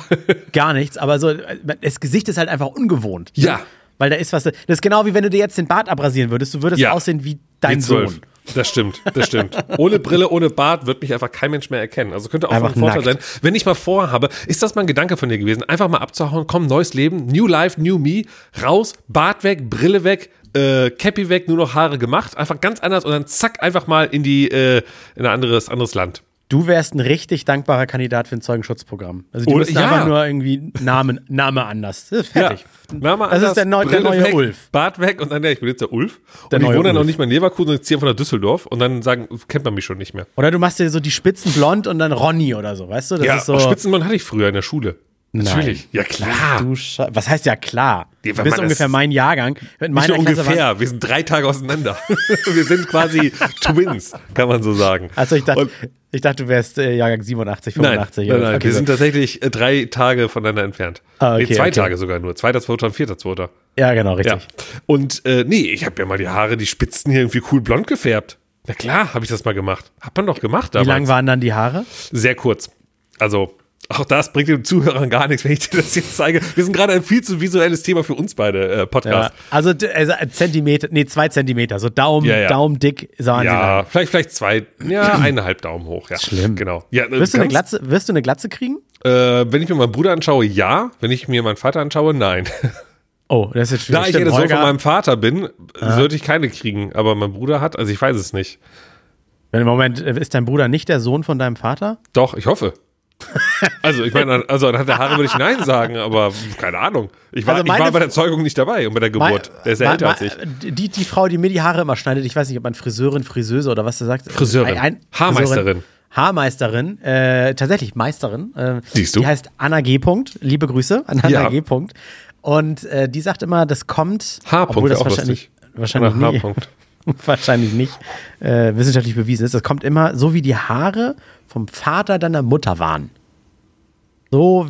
Gar nichts, aber so, äh, das Gesicht ist halt einfach ungewohnt.
ja.
Weil da ist was. Das ist genau wie wenn du dir jetzt den Bart abrasieren würdest. Du würdest
Ja.
aussehen wie dein
Die zwölf.
Sohn.
Das stimmt, das stimmt. Ohne Brille, ohne Bart wird mich einfach kein Mensch mehr erkennen. Also könnte auch
Einfach
ein Vorteil
nackt.
sein. Wenn ich mal vorhabe, ist das mal ein Gedanke von dir gewesen, einfach mal abzuhauen, komm, neues Leben, new life, new me, raus, Bart weg, Brille weg, äh, Cappy weg, nur noch Haare gemacht, einfach ganz anders und dann zack, einfach mal in die, äh, in ein anderes, anderes Land.
Du wärst ein richtig dankbarer Kandidat für ein Zeugenschutzprogramm. Also die
Oder-
müssen
ja.
einfach nur irgendwie Namen, Name anders. Das ist fertig.
Name
das ist der, neu, der
Brille
neue
weg,
Ulf.
Bart weg und dann, ja, ich bin jetzt der Ulf.
Der
und ich
neue
wohne dann noch
Ulf.
nicht mal in Leverkusen, sondern ich ziehe von der Düsseldorf und dann sagen, kennt man mich schon nicht mehr.
Oder du machst dir so die Spitzen blond und dann Ronny oder so, weißt du? Das
ja,
ist so.
auch Spitzenmann hatte ich früher in der Schule. Natürlich. Ja, klar.
du Sche- Was heißt ja klar?
Ja,
Du
wenn
bist
man
ungefähr
das-
mein Jahrgang. In
Nicht
meiner
nur
Klasse waren-
ungefähr, wir sind drei Tage auseinander. wir sind quasi Twins, kann man so sagen.
Also ich dachte,
Und-
ich dachte, du wärst äh, Jahrgang 87,
Nein,
85.
nein,
oder so.
nein,
Okay,
wir
so.
sind tatsächlich äh, drei Tage voneinander entfernt.
Ah, okay,
nee, zwei
okay.
Tage sogar nur. Zweiter, zweiter und vierter, zweiter.
ja, genau,
Ja.
richtig.
Und äh, nee, ich habe ja mal die Haare, die Spitzen hier irgendwie cool blond gefärbt. Na klar, habe ich das mal gemacht. Hat man doch gemacht
Wie
damals.
lang waren dann die Haare?
Sehr kurz. Also, auch das bringt den Zuhörern gar nichts, wenn ich dir das jetzt zeige. Wir sind gerade ein viel zu visuelles Thema für uns beide äh, Podcast.
Ja. Also, d- also Zentimeter, nee, zwei Zentimeter, so Daumen,
Ja, ja.
Daumendick sahen sie
Ja,
lang.
vielleicht, vielleicht zwei, ja, eineinhalb Daumen hoch, ja.
Schlimm.
Genau. Ja, äh,
Wirst du, eine
ganz-
Glatze, wirst du eine Glatze kriegen?
Äh, wenn ich mir meinen Bruder anschaue, ja. Wenn ich mir meinen Vater anschaue, nein.
Oh, das ist jetzt schwierig.
da ich ja
Stimmt,
der Sohn von
Holger,
meinem Vater bin, würde ich keine kriegen. Aber mein Bruder hat, also ich weiß es nicht.
Wenn- Moment, äh, ist dein Bruder nicht der Sohn von deinem Vater?
Doch, ich hoffe. Also, ich meine, also anhand der Haare würde ich Nein sagen, aber keine Ahnung. Ich war,
Also
ich war
meine-
bei der Zeugung nicht dabei und bei der Geburt.
Mein-
der ist ja
mein-
älter als ich.
mein- Die, die Frau, die mir die Haare immer schneidet, ich weiß nicht, ob man Friseurin, Friseuse oder was du sagst.
Friseurin. Haarmeisterin.
Friseurin, Haarmeisterin, äh, tatsächlich Meisterin. Äh,
Siehst du?
Die heißt Anna G. Punkt. Liebe Grüße an Anna
Ja.
G. Punkt. Und äh, die sagt immer, das kommt.
H. Punkt
obwohl das
wär auch
wahrscheinlich, wahrscheinlich,
Nach
nie,
Haarpunkt.
wahrscheinlich nicht äh, wissenschaftlich bewiesen ist. Das kommt immer so, wie die Haare vom Vater deiner Mutter waren. So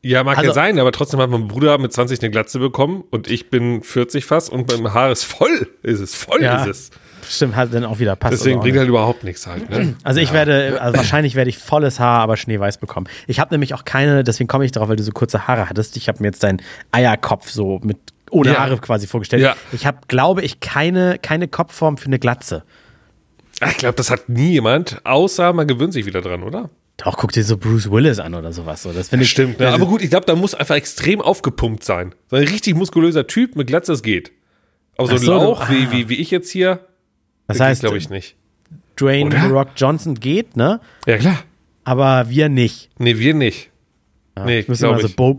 Ja, mag
Also-
ja sein, aber trotzdem hat mein Bruder mit 20 eine Glatze bekommen und ich bin 40 fast und beim Haar ist voll. Ist es voll,
Ja.
ist es.
stimmt, hat dann auch wieder passt.
Deswegen
oder auch
bringt
nicht.
halt überhaupt nichts halt. Ne?
Also ich werde, also wahrscheinlich werde ich volles Haar, aber schneeweiß bekommen. Ich habe nämlich auch keine, deswegen komme ich darauf, weil du so kurze Haare hattest. Ich habe mir jetzt deinen Eierkopf so mit ohne
Ja.
Haare quasi vorgestellt.
Ja.
Ich habe, glaube ich, keine, keine Kopfform für eine Glatze.
Ah, Ich glaube, das hat nie jemand, außer man gewöhnt sich wieder dran, oder?
Doch, guck dir so Bruce Willis an oder sowas. So, das finde ich.
Ne?
das
Aber
ist-
gut, ich glaube, da muss einfach extrem aufgepumpt sein. So ein richtig muskulöser Typ mit Glatze, das geht. Aber
Ach
so ein
so, du-
Lauch, wie,
ah.
wie, wie ich jetzt hier,
Das
das
heißt,
glaube ich nicht.
Dwayne
oder?
The Rock Johnson geht, ne?
Ja, klar.
Aber wir nicht.
Nee, wir nicht. nee,
Müssen wir
glaube
so
ich.
Bo-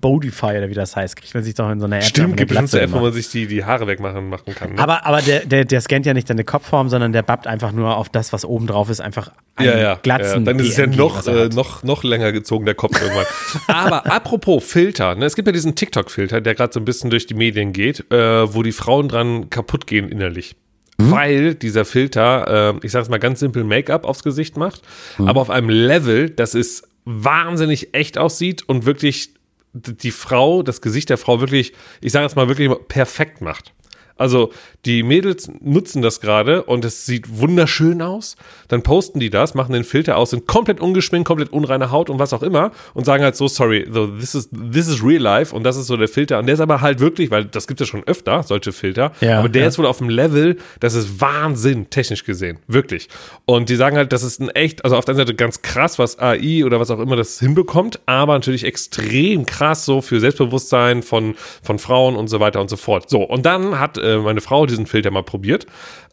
Bodify oder wie das heißt, kriegt man sich doch in so einer App
Stimmt,
mit
gibt
einer
bestimmt eine App, wo
immer.
man sich die, die Haare wegmachen machen kann. Ne?
Aber, aber der, der, der scannt ja nicht deine Kopfform, sondern der babbt einfach nur auf das, was oben drauf ist, einfach einen
ja, ja,
glatzen.
ja. Dann ist es ja
DMG,
noch,
was er
äh,
hat.
noch, noch länger gezogen, der Kopf irgendwann. Aber apropos Filter, ne? es gibt ja diesen TikTok-Filter, der gerade so ein bisschen durch die Medien geht, äh, wo die Frauen dran kaputt gehen innerlich. Weil dieser Filter, äh, ich sag's mal ganz simpel, Make-up aufs Gesicht macht, aber auf einem Level, das ist wahnsinnig echt aussieht und wirklich d- die Frau, das Gesicht der Frau wirklich, ich sage jetzt mal wirklich perfekt macht. Also die Mädels nutzen das gerade und es sieht wunderschön aus. Dann posten die das, machen den Filter aus, sind komplett ungeschminkt, komplett unreine Haut und was auch immer und sagen halt so, sorry, so, this is, this is real life und das ist so der Filter. Und der ist aber halt wirklich, weil das gibt es ja schon öfter, solche Filter,
Ja,
aber der
ja.
ist wohl auf dem Level, das ist Wahnsinn, technisch gesehen, wirklich. Und die sagen halt, das ist ein echt, also auf der einen Seite ganz krass, was AI oder was auch immer das hinbekommt, aber natürlich extrem krass so für Selbstbewusstsein von, von Frauen und so weiter und so fort. So, und dann hat äh, meine Frau diesen Filter mal probiert.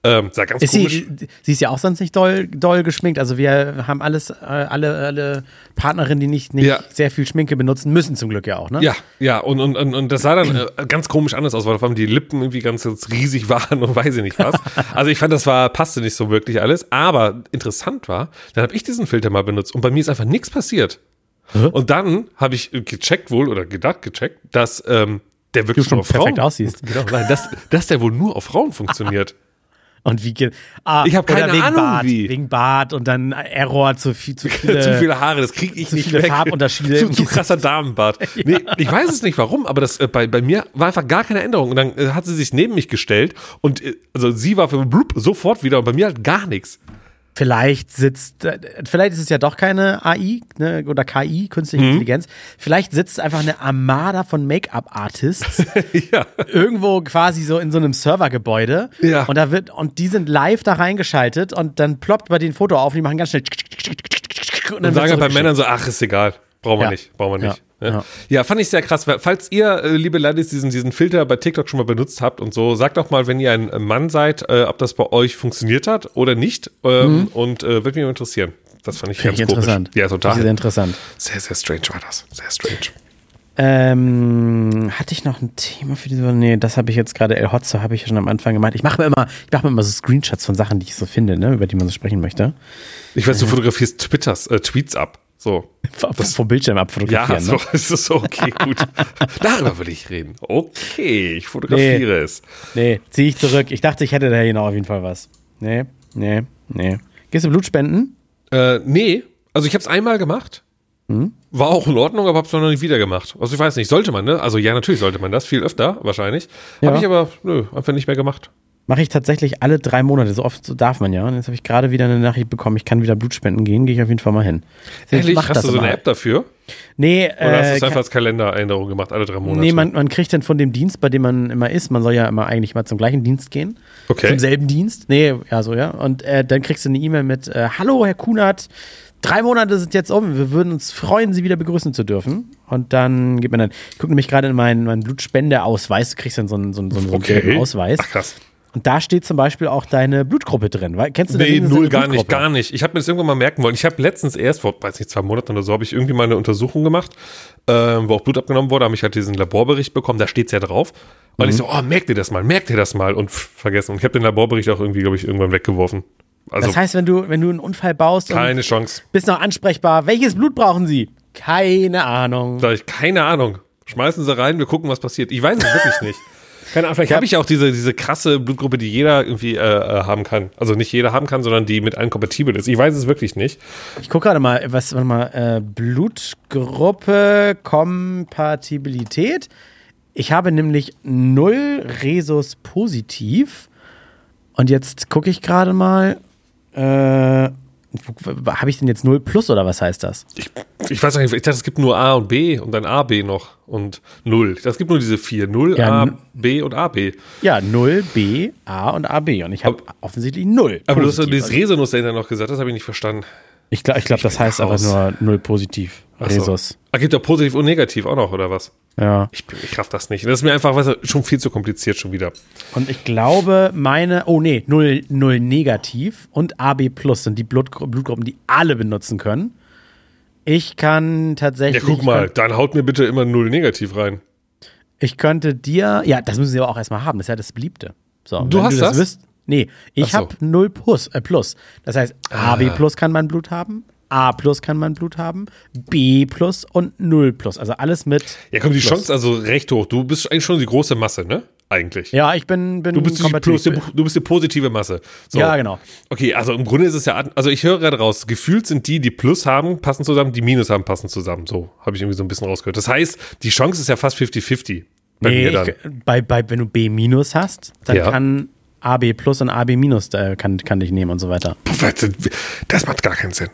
Ähm, sah ganz
Ist
komisch.
sie, sie ist ja auch sonst nicht doll, doll geschminkt. Also wir haben alles, äh, alle, alle Partnerinnen, die nicht, nicht
Ja.
sehr viel Schminke benutzen, müssen zum Glück ja auch, ne?
Ja, ja, und, und, und, und das sah dann äh, ganz komisch anders aus, weil auf einmal die Lippen irgendwie ganz, ganz riesig waren und weiß ich nicht was. Also ich fand, das war, passte nicht so wirklich alles, aber interessant war, dann habe ich diesen Filter mal benutzt und bei mir ist einfach nichts passiert. Und dann habe ich gecheckt wohl oder gedacht gecheckt, dass ähm, der wirklich
Du schon
nur auf Frauen
perfekt aussiehst.
Genau, nein, dass, dass der wohl nur auf Frauen funktioniert.
Und wie geht. Ah,
Ich hab
oder
keine
wegen
Ahnung,
Bart,
wie.
Wegen Bart und dann Error zu viel, zu viele.
zu viele Haare, das kriege ich
zu
nicht
viele
weg.
Farbunterschiede
Zu,
im
zu
Gesicht.
krasser Damenbart. Nee, ich weiß es nicht warum, aber das äh, bei, bei mir war einfach gar keine Änderung. Und dann äh, hat sie sich neben mich gestellt und äh, also sie war für blub, sofort wieder und bei mir halt gar nichts.
Vielleicht sitzt, äh, vielleicht ist es ja doch keine AI ne, oder KI, künstliche
Mhm.
Intelligenz. Vielleicht sitzt einfach eine Armada von Make-up-Artists
ja. halt
irgendwo quasi so in so einem Servergebäude.
Ja.
Und da wird, und die sind live da reingeschaltet und dann ploppt bei denen ein Foto auf und die machen ganz schnell. Und
Und
dann
sagen
wird
halt bei
zurückgeschickt.
Männern so, ach, ist egal. Brauchen wir
Ja.
nicht, brauchen wir nicht. ne?
Ja.
Ja.
Ja.
fand ich sehr krass. Falls ihr, äh, liebe Ladies, diesen, diesen Filter bei TikTok schon mal benutzt habt und so, sagt doch mal, wenn ihr ein Mann seid, äh, ob das bei euch funktioniert hat oder nicht. Ähm, Und äh, würde mich mal interessieren. Das fand ich
Mhm. Finde
ganz
ich interessant.
komisch. Ja, total.
Das ist interessant.
Sehr, sehr strange war das. Sehr strange.
Ähm, hatte ich noch ein Thema für diese Woche? Nee, das habe ich jetzt gerade, El Hotzo habe ich ja schon am Anfang gemacht. Ich mache mir immer, ich mache mir immer so Screenshots von Sachen, die ich so finde, ne, über die man so sprechen möchte.
Ich weiß, du fotografierst Twitters, äh, Tweets ab. So.
Das vom Bildschirm abfotografieren.
Ja,
ne?
so ist es so. Okay, gut. Darüber will ich reden. Okay, ich fotografiere es.
Nee, zieh ich zurück. Ich dachte, ich hätte da genau auf jeden Fall was. Nee, nee, nee. Gehst du Blut spenden?
Äh, nee, also ich habe es einmal gemacht. War auch in Ordnung, aber hab's noch nicht wieder gemacht. Also ich weiß nicht, sollte man, ne? Also ja, natürlich sollte man das, viel öfter wahrscheinlich.
Ja.
Habe ich aber, nö, einfach nicht mehr gemacht.
Mache ich tatsächlich alle drei Monate. So oft so darf man ja. Und jetzt habe ich gerade wieder eine Nachricht bekommen, ich kann wieder Blut spenden gehen. Gehe ich auf jeden Fall mal hin.
Ehrlich,
mach
hast du so
immer.
eine App dafür?
Nee,
Oder hast du
äh,
es einfach
kann,
als Kalendererinnerung gemacht, alle drei Monate?
nee man, man kriegt dann von dem Dienst, bei dem man immer ist. Man soll ja immer eigentlich mal zum gleichen Dienst gehen.
Okay.
Zum selben Dienst. Nee, ja, so, ja. Und äh, dann kriegst du eine E-Mail mit: äh, Hallo, Herr Kunert. Drei Monate sind jetzt um. Wir würden uns freuen, Sie wieder begrüßen zu dürfen. Und dann gibt mir dann, ich gucke nämlich gerade in meinen, meinen Blutspendeausweis. Du kriegst dann so einen, so einen, so einen gelben Ausweis.
Ach, krass.
Und da steht zum Beispiel auch deine Blutgruppe drin. weil- Kennst du
Nee,
denn
null,
diese
gar nicht,
Blutgruppe?
gar nicht. Ich habe mir das irgendwann mal merken wollen. Ich habe letztens erst, vor, weiß nicht, zwei Monaten oder so, habe ich irgendwie mal eine Untersuchung gemacht, ähm, wo auch Blut abgenommen wurde, habe ich halt diesen Laborbericht bekommen, da steht's ja drauf. Und
Mhm.
ich so, oh, merk dir das mal, merk dir das mal und pff, vergessen. Und ich habe den Laborbericht auch irgendwie, glaube ich, irgendwann weggeworfen. Also
Das heißt, wenn du, wenn du einen Unfall baust
keine
und
Chance.
bist noch ansprechbar, welches Blut brauchen sie? Keine Ahnung.
Da ich keine Ahnung. Schmeißen sie rein, wir gucken, was passiert. Ich weiß es wirklich nicht. Keine Ahnung, vielleicht habe ich ja auch diese, diese krasse Blutgruppe, die jeder irgendwie äh, äh, haben kann. Also nicht jeder haben kann, sondern die mit allen kompatibel ist. Ich weiß es wirklich nicht.
Ich gucke gerade mal, was, warte mal, äh, Blutgruppe, Kompatibilität. Ich habe nämlich null Resus positiv. Und jetzt gucke ich gerade mal, äh, wo- habe ich denn jetzt null plus oder was heißt das?
Ich, ich weiß nicht, ich dachte, es gibt nur A und B und dann AB noch und Null. Ich dachte, es gibt nur diese vier. Null,
Ja,
A,
n-
B und AB.
Ja, 0, B, A und AB. Und ich habe offensichtlich 0.
Aber du hast doch
positiv.
dieses Resenus dahinter noch gesagt, das habe ich nicht verstanden.
Ich glaube, ich glaub, das heißt aber
raus.
nur 0 positiv.
Ach so.
Resus.
Ah, gibt doch positiv und negativ auch noch, oder was?
Ja.
Ich, bin- ich raff das nicht. Das ist mir einfach weißt du, schon viel zu kompliziert schon wieder.
Und ich glaube, meine, oh nee, 0, 0 negativ und AB plus sind die Blutgru Blutgruppen, die alle benutzen können. Ich kann
Ja,
tatsächlich.
guck mal, dann haut mir bitte immer Null negativ rein.
Ich könnte dir, ja, das müssen sie aber auch erstmal haben, das ist ja das Beliebte. So, wenn
hast das?
Wisst, nee, ich
Ach so. Ah.
habe 0 plus, äh, plus. Das heißt, AB plus kann man Blut haben, A plus kann man Blut haben, B plus und 0 plus. Also alles mit.
Ja, komm, die
plus.
Chance also recht hoch. Du bist eigentlich schon die große Masse, ne? Eigentlich.
Ja, ich bin, bin
Du bist, die, plus, du bist die positive Masse. So.
Ja, genau.
Okay, also im Grunde ist es ja, an- also ich höre gerade raus, gefühlt sind die, die Plus haben, passen zusammen, die Minus haben, passen zusammen. So habe ich irgendwie so ein bisschen rausgehört. Das heißt, die Chance ist ja fast 50-50. Bei
nee,
mir dann.
ich, bei, bei, wenn du B- hast, dann
Ja.
kann AB plus und AB minus äh, kann, kann dich nehmen und so weiter.
Was? Das macht gar keinen Sinn.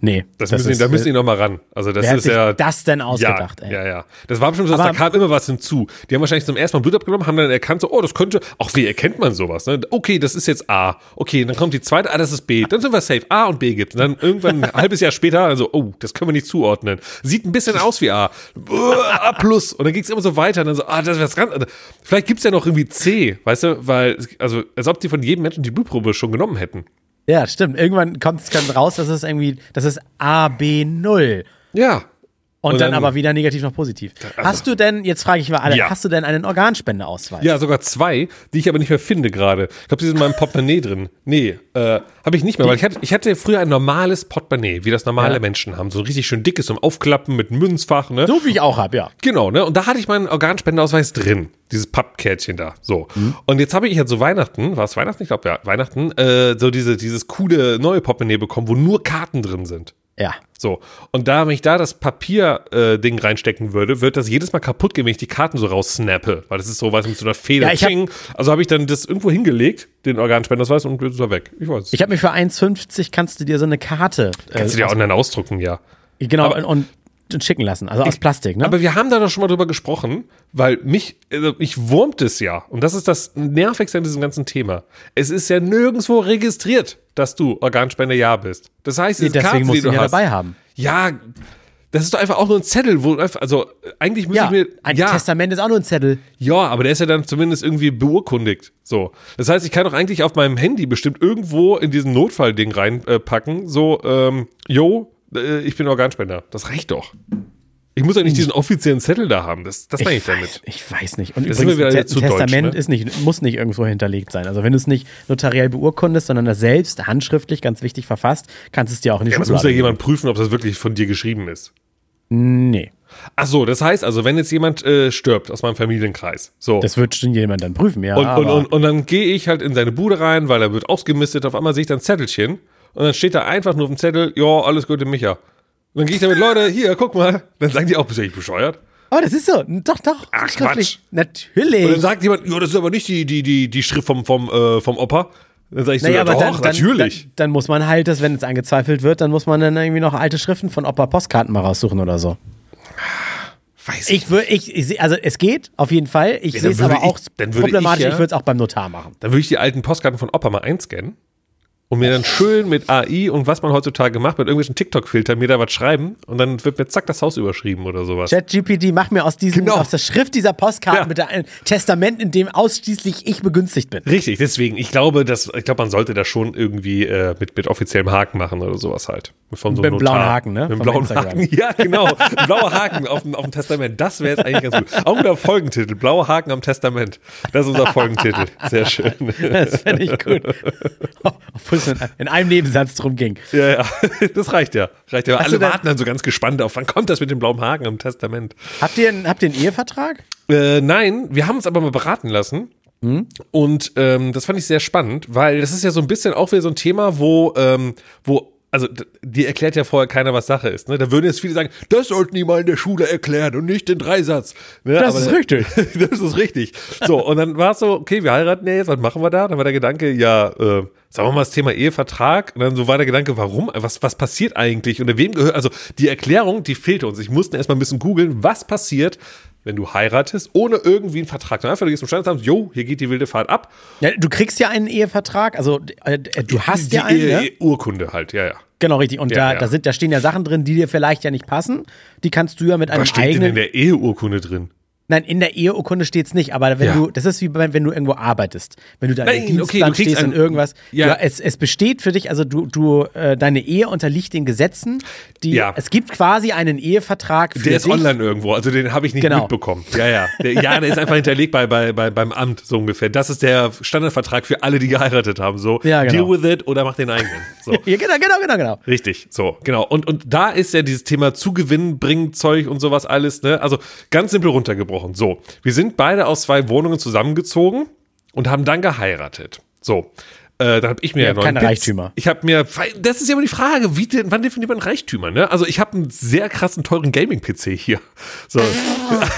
Nee.
Das müssen, die- da müssen die nochmal ran. Also das
äh, wer hat
ist
sich
ja
das denn ausgedacht,
ja,
ey?
Ja, ja. Das war bestimmt so, dass da
Aber-
kam immer was hinzu. Die haben wahrscheinlich zum ersten Mal Blut abgenommen, haben dann erkannt, so, oh, das könnte, auch wie erkennt man sowas? Ne? Okay, das ist jetzt A. Okay, dann kommt die zweite, ah, das ist B. Dann sind wir safe. A und B gibt's. Und dann irgendwann ein halbes Jahr später, also, oh, das können wir nicht zuordnen. Sieht ein bisschen aus wie A. Uah, A plus. Und dann ging's immer so weiter. Und dann so, ah, das ist was ganz anderes. Vielleicht gibt's ja noch irgendwie C, weißt du, weil, also, als ob die von jedem Menschen die Blutprobe schon genommen hätten.
ja, stimmt. Irgendwann kommt es raus, dass es irgendwie, das ist AB0.
Ja.
Und,
Und
dann,
dann- also
aber weder negativ noch positiv. hast du denn, jetzt frage ich mal alle,
Ja.
hast du denn einen Organspendeausweis?
Ja, sogar zwei, die ich aber nicht mehr finde gerade. Ich glaube, die sind in meinem Portemonnaie drin. Nee, äh, habe ich nicht mehr, weil ich hatte, ich hatte früher ein normales Portemonnaie, wie das normale
Ja.
Menschen haben. So ein richtig schön dickes zum Aufklappen mit Münzfach, ne?
So wie ich auch habe, ja.
Genau, ne? Und da hatte ich meinen Organspendeausweis drin. Dieses Pappkärtchen da. So.
Mhm.
Und jetzt habe ich ja zu Weihnachten, war es Weihnachten? Ich glaube, ja, Weihnachten, äh, so diese, dieses coole neue Portemonnaie bekommen, wo nur Karten drin sind.
Ja.
So. Und da, wenn ich da das Papier-Ding äh, Ding reinstecken würde, wird das jedes Mal kaputt gehen, wenn ich die Karten so raussnappe. Weil das ist so, was mit so einer Feder.
Ja, ich hab-
Tsching. also habe ich dann das irgendwo hingelegt, den Organspendersweis, und ist er weg. Ich weiß. es.
Ich also habe mich für 1,50 kannst du dir so eine Karte.
Kannst du dir
aus-
online ausdrucken, ja.
Genau,
aber-
und, und schicken lassen. Also aus Plastik, ne?
Aber wir haben da doch schon mal drüber gesprochen, weil mich, also mich wurmt es ja. Und das ist das Nervigste an diesem ganzen Thema. Es ist ja nirgendwo registriert, dass du Organspenderjahr bist. Das heißt, diese Karte,
Deswegen
die
musst du
du
ihn ja
hast,
dabei haben.
Ja, das ist doch einfach auch nur ein Zettel, wo du einfach, also äh, eigentlich müsste
Ja,
ich mir.
ein
ja,
Testament ist auch nur ein Zettel.
ja, aber der ist ja dann zumindest irgendwie beurkundigt. So. Das heißt, ich kann doch eigentlich auf meinem Handy bestimmt irgendwo in diesen Notfallding reinpacken, so, ähm, yo, äh, ich bin Organspender. Das reicht doch. Ich muss ja nicht diesen offiziellen Zettel da haben. Das, das meine ich
weiß,
damit.
ich weiß nicht. Und
Da sind wir
übrigens,
wieder
ein
zu
Te- Testament
deutsch, ne?
ist nicht, muss nicht irgendwo hinterlegt sein. Also wenn du es nicht notariell beurkundest, sondern das selbst handschriftlich ganz wichtig verfasst, kannst du es dir auch in die
Ja, aber es muss
Schublade
ja jemand prüfen, ob das wirklich von dir geschrieben ist.
geben. Nee,
Ach so, das heißt also, wenn jetzt jemand äh, stirbt aus meinem Familienkreis, so.
das wird schon jemand dann prüfen, ja.
Und, und,
aber-
und, und dann gehe ich halt in seine Bude rein, weil er wird ausgemistet. Auf einmal sehe ich dann ein Zettelchen. Und dann steht da einfach nur auf dem Zettel, ja, alles Gute, Micha. Und dann gehe ich damit, Leute, hier, guck mal. Dann sagen die auch, bist du echt bescheuert?
oh, das ist so. Doch, doch.
Ach,
schriftlich.
Quatsch. Und dann
Natürlich.
sagt jemand, ja, das ist aber nicht die, die, die, die Schrift vom, vom, äh, vom Opa. Dann sage ich so,
Naja,
ja,
aber
doch,
dann, dann,
natürlich.
Dann, dann muss man halt, das, wenn es angezweifelt wird, dann muss man dann irgendwie noch alte Schriften von Opa Postkarten mal raussuchen oder so.
Weiß
Ich würde, ich, ich, seh- also es geht auf jeden Fall. Ich
Ja,
sehe
dann
es
würde
aber auch
ich- dann würde ich
problematisch. Ich,
ja-
würde es auch beim Notar machen.
Dann würde ich die alten Postkarten von Opa mal einscannen und mir dann schön mit AI und was man heutzutage macht, mit irgendwelchen TikTok-Filtern mir da was schreiben und dann wird mir zack das Haus überschrieben oder sowas.
ChatGPT, mach mir aus diesem,
Genau.
aus der Schrift dieser Postkarten
Ja.
bitte ein Testament, in dem ausschließlich ich begünstigt bin.
Richtig, deswegen, ich glaube, dass, ich glaube, man sollte das schon irgendwie äh, mit, mit offiziellem Haken machen oder sowas halt. Von so
Mit
einem
blauen
Notar.
Haken, ne?
Mit einem
Vom
blauen
Instagram.
Haken, ja, genau. Ein blauer Haken auf dem, auf dem Testament, das wäre jetzt eigentlich ganz gut. Auch wieder Folgentitel, blauer Haken am Testament. Das ist unser Folgentitel, sehr schön.
Das fände ich gut. Obwohl es in- in einem Nebensatz drum ging.
Ja, ja, das reicht ja. Reicht ja.
Hast
Alle
du denn-
warten dann so ganz gespannt auf, wann kommt das mit dem blauen Haken am Testament?
Habt ihr, einen- habt ihr einen Ehevertrag?
Äh, nein, wir haben uns aber mal beraten lassen. Und ähm, das fand ich sehr spannend, weil das ist ja so ein bisschen auch wieder so ein Thema, wo, ähm, wo, also d- dir erklärt ja vorher keiner, was Sache ist. Ne? Da würden jetzt viele sagen, das sollten die mal in der Schule erklären und nicht den Dreisatz. Ne?
Das ist richtig.
das ist richtig. So, und dann war es so, okay, wir heiraten ja jetzt, was machen wir da? Dann war der Gedanke, ja, äh, sagen wir mal das Thema Ehevertrag. Und dann so war der Gedanke, warum? Was, was passiert eigentlich? Unter wem gehört? Also die Erklärung, die fehlte uns. Ich musste erstmal ein bisschen googeln, was passiert, wenn du heiratest, ohne irgendwie einen Vertrag. Dann einfach, du gehst zum Standesamt, jo, hier geht die wilde Fahrt ab.
Ja, du kriegst ja einen Ehevertrag, also äh, du hast
die
ja einen, ne?
Ehe- Urkunde halt, ja, ja.
Genau, richtig. Und
Ja,
da,
ja.
Da, sind, da stehen ja Sachen drin, die dir vielleicht ja nicht passen. Die kannst du ja mit einem
Was steht denn in
eigenen.
der Eheurkunde drin?
nein, in der Eheurkunde steht es nicht, aber wenn
Ja.
du, das ist wie bei, wenn du irgendwo arbeitest. Wenn du da
Nein,
im
okay, du
Dienstplan
kriegst
stehst
ein-
und irgendwas.
Ja.
Du, es, es besteht für dich, also du, du, äh, deine Ehe unterliegt den Gesetzen, die
Ja.
es gibt quasi einen Ehevertrag für
Der ist
dich.
online irgendwo, also den habe ich nicht
Genau.
mitbekommen. Ja, ja. Der, ja, der ist einfach hinterlegt bei, bei, bei, beim Amt, so ungefähr. Das ist der Standardvertrag für alle, die geheiratet haben. So,
Ja, genau.
deal with it oder mach den eigenen. So.
Ja, genau, genau, genau, genau.
Richtig, so, genau. Und, und da ist ja dieses Thema Zugewinn, bringen Zeug und sowas alles, ne? Also ganz simpel runtergebrochen. So, wir sind beide aus zwei Wohnungen zusammengezogen und haben dann geheiratet. So, Äh, dann habe ich
Ihr
mir ja
habt
noch einen
keine
Piz-
Reichtümer.
Ich habe mir, das ist ja immer die Frage, wie, denn- wann definiert man Reichtümer? Ne? Also ich habe einen sehr krassen teuren Gaming-PC hier. So.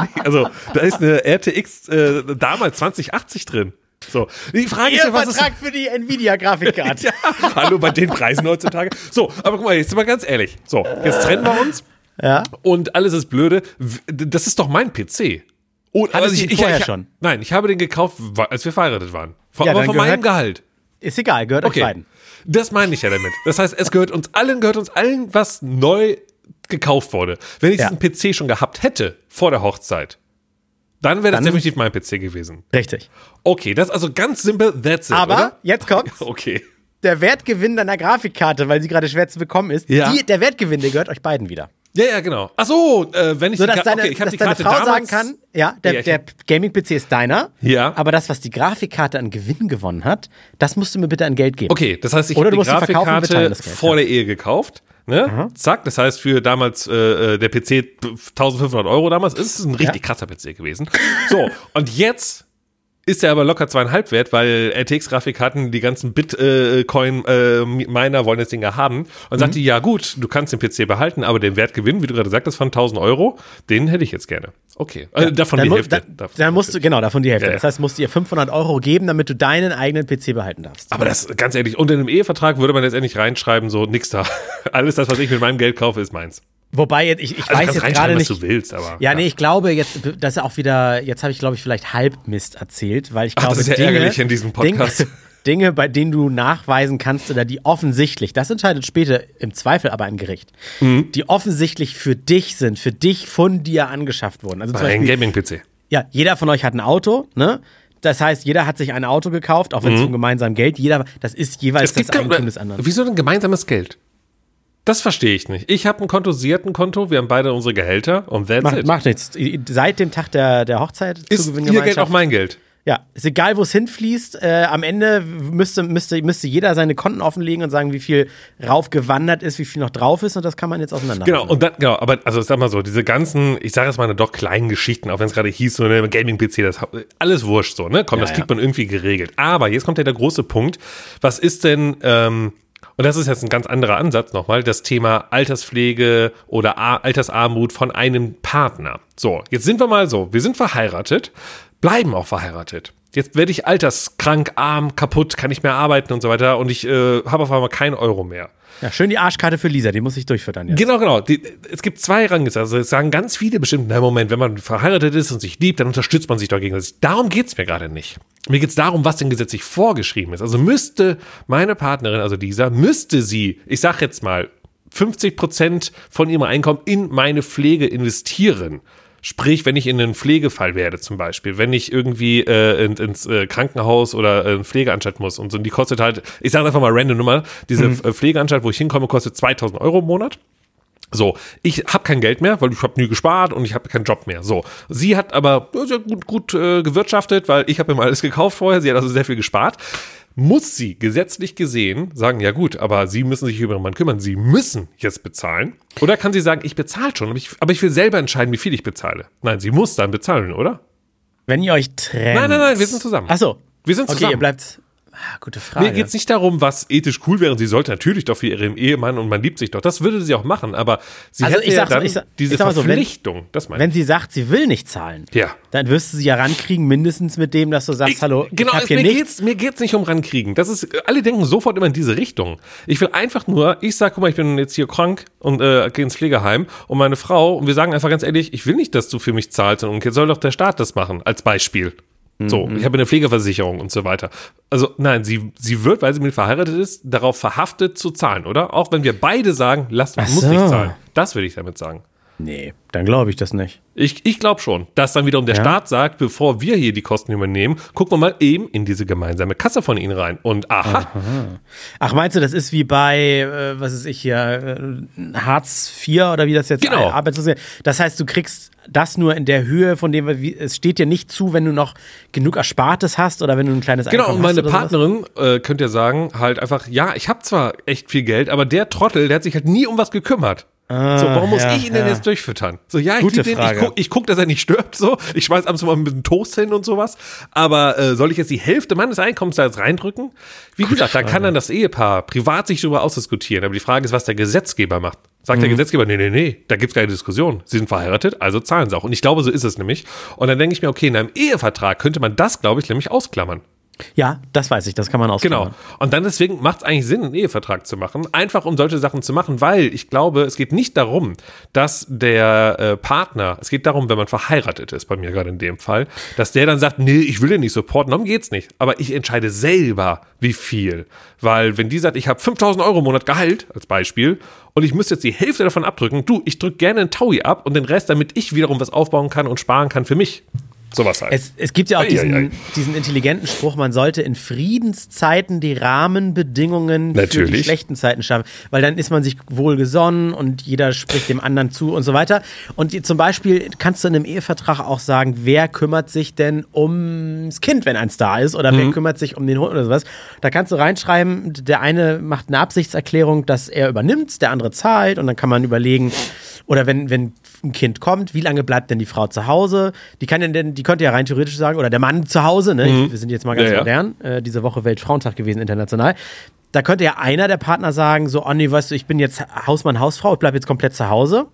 Nee, also da ist eine RTX äh, damals 2080 drin. So, die Frage ist
Ihr
ja, was ist
Vertrag für die Nvidia-Grafikkarte.
Hallo, bei den Preisen heutzutage. So, aber guck mal, jetzt sind wir ganz ehrlich. So, jetzt trennen wir uns.
Ja.
Und alles ist blöde. W- Das ist doch mein Oh, PC. Und,
Hattest du ihn vorher schon?
Nein, also ich habe den gekauft, wa- als wir verheiratet waren. Von,
Ja,
aber
dann
von
gehört-
meinem Gehalt.
Ist egal, gehört euch
Okay.
beiden.
Das meine ich ja damit. Das heißt, es gehört uns allen, gehört uns allen, was neu gekauft wurde. Wenn ich
Ja.
diesen PC schon gehabt hätte vor der Hochzeit, dann wäre das
Dann-
definitiv mein PC gewesen.
Richtig.
Okay, das ist also ganz simpel, that's it.
Aber
oder?
jetzt kommt
Okay.
der Wertgewinn deiner Grafikkarte, weil sie gerade schwer zu bekommen ist.
Ja.
Die, der Wertgewinn, der gehört euch beiden wieder.
Ja, ja, genau. Ach so, äh, wenn ich
So
die
dass
Ka-
deine,
okay, ich hab
dass
die
deine
Karte
Frau sagen
damals-
kann, ja, der,
Ja, ich
der Gaming-PC ist deiner,
Ja.
aber das, was die Grafikkarte an Gewinn gewonnen hat, das musst du mir bitte an Geld geben.
Okay, das heißt, ich
Oder
habe
du
die
musst sie verkaufen und
Grafikkarte
bezahlen das Geld,
vor
ja.
der Ehe gekauft. Ne? Zack, das heißt für damals äh, äh, der PC 1500 Euro damals ist es ein richtig krasser PC gewesen. So und jetzt ist er aber locker zweieinhalb wert, weil RTX-Grafikkarten die ganzen Bitcoin-Miner wollen das Ding ja haben. Und
Mhm.
sagt die, ja gut, du kannst den PC behalten, aber den Wertgewinn, wie du gerade sagtest, von 1000 Euro, den hätte ich jetzt gerne. Okay, äh, davon
Dann,
die
mu
Hälfte.
dann,
Davon die
dann musst du, genau, davon die Hälfte.
Ja, ja.
Das heißt, musst du ihr 500 Euro geben, damit du deinen eigenen PC behalten darfst.
Aber das, ganz ehrlich, unter einem Ehevertrag würde man letztendlich reinschreiben, so, nix da. Alles das, was ich mit meinem Geld kaufe, ist meins.
Wobei, jetzt- ich, ich weiß
Also kannst
jetzt gerade
reinschreiben,
nicht.
was du willst, aber.
Ja, nee, ich glaube, jetzt, das ist auch wieder, jetzt habe ich, glaube ich, vielleicht Halbmist erzählt, weil ich
Ach,
glaube,
das ist ja
Dinge,
ärgerlich in diesem Podcast.
Dinge, Dinge, bei denen du nachweisen kannst oder die offensichtlich, das entscheidet später im Zweifel aber ein Gericht,
Mhm.
die offensichtlich für dich sind, für dich von dir angeschafft wurden. Also zum
Bei einem
Beispiel,
Gaming-PC.
ja, jeder von euch hat ein Auto, ne? Das heißt, jeder hat sich ein Auto gekauft, auch
Mhm.
wenn es von gemeinsamem Geld, jeder, das ist jeweils das
kein-
Eigentum des anderen.
Wieso denn gemeinsames Geld? Das verstehe ich nicht. Ich habe ein kontoisierten Konto, wir haben beide unsere Gehälter und that's
Macht,
it.
macht nichts. Seit dem Tag der, der Hochzeit
ist ihr Geld auch mein Geld?
Ja, ist egal, wo es hinfließt. Äh, am Ende müsste, müsste, müsste jeder seine Konten offenlegen und sagen, wie viel raufgewandert ist, wie viel noch drauf ist und das kann man jetzt auseinander.
Genau, und dann, genau, aber also sag mal so, diese ganzen, ich sage jetzt mal eine doch kleinen Geschichten, auch wenn es gerade hieß, so eine Gaming-PC, das alles wurscht so, ne? Komm, das
ja.
kriegt man irgendwie geregelt. Aber jetzt kommt ja der große Punkt. Was ist denn, ähm, und das ist jetzt ein ganz anderer Ansatz nochmal, das Thema Alterspflege oder A Altersarmut von einem Partner. So, jetzt sind wir mal so, wir sind verheiratet, bleiben auch verheiratet. Jetzt werde ich alterskrank, arm, kaputt, kann nicht mehr arbeiten und so weiter und ich äh, habe auf einmal keinen Euro mehr.
Ja, schön die Arschkarte für Lisa, die muss ich durchfüttern jetzt.
Genau, genau. Die, es gibt zwei Ranges. Also es sagen ganz viele bestimmt, na Moment, wenn man verheiratet ist und sich liebt, dann unterstützt man sich doch gegenseitig. Darum geht's mir gerade nicht. Mir geht's darum, was denn gesetzlich vorgeschrieben ist. Also müsste meine Partnerin, also dieser, müsste sie, ich sag jetzt mal, 50 Prozent von ihrem Einkommen in meine Pflege investieren. Sprich, wenn ich in einen Pflegefall werde zum Beispiel, wenn ich irgendwie äh, in, ins äh, Krankenhaus oder äh, in Pflegeanstalt muss und so, und die kostet halt, ich sage einfach mal random Nummer, diese äh, Pflegeanstalt, wo ich hinkomme, kostet 2000 Euro im Monat. So, ich habe kein Geld mehr, weil ich habe nie gespart und ich habe keinen Job mehr. So, sie hat aber ja, sehr gut, gut äh, gewirtschaftet, weil ich habe immer alles gekauft vorher. Sie hat also sehr viel gespart. Muss sie gesetzlich gesehen sagen, ja gut, aber sie müssen sich über ihren Mann kümmern. Sie müssen jetzt bezahlen. Oder kann sie sagen, ich bezahle schon, aber ich, aber ich will selber entscheiden, wie viel ich bezahle. Nein, sie muss dann bezahlen, oder?
Wenn ihr euch trennt.
Nein, nein, nein, wir sind zusammen.
Achso.
Wir sind
Okay,
zusammen.
ihr bleibt. Ah, gute Frage.
Mir geht's nicht darum, was ethisch cool wäre. Sie sollte natürlich doch für ihren Ehemann und man liebt sich doch. Das würde sie auch machen, aber sie
Also
hätte
ich
ja
sag's mal,
dann
ich sag-
diese
ich sag mal so, wenn-
Verpflichtung. das meine ich.
Wenn sie sagt, sie will nicht zahlen,
Ja.
dann wirst du sie ja rankriegen, mindestens mit dem, dass du sagst, hallo,
genau,
ich hab
es-
hier
mir
nichts.
geht's, mir geht's nicht um rankriegen. Das ist, alle denken sofort immer in diese Richtung. Ich will einfach nur, ich sag, guck mal, ich bin jetzt hier krank und äh, gehe ins Pflegeheim und meine Frau und wir sagen einfach ganz ehrlich, ich will nicht, dass du für mich zahlst und umgekehrt soll doch der Staat das machen, als Beispiel. So,
Mhm.
ich habe eine Pflegeversicherung und so weiter. Also nein, sie, sie wird, weil sie mit mir verheiratet ist, darauf verhaftet zu zahlen, oder? Auch wenn wir beide sagen, lass
Ach
mich, muss
so.
nicht zahlen. Das würde ich damit sagen.
Nee, dann glaube ich das nicht.
Ich, ich glaube schon, dass dann wiederum der Staat sagt, bevor wir hier die Kosten übernehmen, gucken wir mal eben in diese gemeinsame Kasse von ihnen rein. Und aha,
Ach, meinst du, das ist wie bei, äh, was ist ich hier, äh, Hartz IV oder wie das jetzt
Genau.
äh, Arbeitslosengeld? Das heißt, du kriegst das nur in der Höhe, von dem wir, wie, es steht dir nicht zu, wenn du noch genug Erspartes hast oder wenn du ein kleines
genau. Und
Einkommen
meine
hast. oder sowas.
Partnerin äh, könnt ihr sagen, halt einfach, ja, ich habe zwar echt viel Geld, aber der Trottel, der hat sich halt nie um was gekümmert. so, warum muss
Ah, ja,
ich ihn denn
ja.
jetzt durchfüttern? So, ja, ich
Gute
liebe den, ich
Frage.
guck, ich guck, dass er nicht stirbt, so. Ich schmeiß abends mal ein bisschen Toast hin und sowas. Aber äh, soll ich jetzt die Hälfte meines Einkommens da jetzt reindrücken? Wie gesagt, da kann dann das Ehepaar privat sich darüber ausdiskutieren. Aber die Frage ist, was der Gesetzgeber macht. Sagt
Mhm.
der Gesetzgeber, nee, nee, nee, da gibt's keine Diskussion. Sie sind verheiratet, also zahlen sie auch. Und ich glaube, so ist es nämlich. Und dann denke ich mir, okay, in einem Ehevertrag könnte man das, glaube ich, nämlich ausklammern.
Ja, das weiß ich, das kann man ausklammern.
Genau. Und dann deswegen macht es eigentlich Sinn, einen Ehevertrag zu machen, einfach um solche Sachen zu machen, weil ich glaube, es geht nicht darum, dass der äh, Partner, es geht darum, wenn man verheiratet ist, bei mir gerade in dem Fall, dass der dann sagt, nee, ich will den nicht supporten, darum geht's nicht. Aber ich entscheide selber, wie viel. Weil wenn die sagt, ich habe 5000 Euro im Monat Gehalt, als Beispiel, und ich müsste jetzt die Hälfte davon abdrücken, du, ich drück gerne einen Taui ab und den Rest, damit ich wiederum was aufbauen kann und sparen kann für mich. Sowas halt.
Es, es gibt ja auch
Ei,
diesen,
ei, ei.
diesen intelligenten Spruch, man sollte in Friedenszeiten die Rahmenbedingungen für die
Natürlich.
schlechten Zeiten schaffen, weil dann ist man sich wohlgesonnen und jeder spricht dem anderen zu und so weiter. Und die- zum Beispiel kannst du in einem Ehevertrag auch sagen, wer kümmert sich denn ums Kind, wenn eins da ist, oder
Mhm.
wer kümmert sich um den Hund oder sowas. Da kannst du reinschreiben, der eine macht eine Absichtserklärung, dass er übernimmt, der andere zahlt und dann kann man überlegen, oder wenn, wenn ein Kind kommt, wie lange bleibt denn die Frau zu Hause? Die kann ja denn, die könnte ja rein theoretisch sagen, oder der Mann zu Hause, ne? Ich, wir sind jetzt mal ganz
Mhm. Ja, ja.
modern. Äh, diese Woche Weltfrauentag gewesen, international. Da könnte ja einer der Partner sagen, so, oh nee, weißt du, ich bin jetzt Hausmann, Hausfrau, ich bleibe jetzt komplett zu Hause.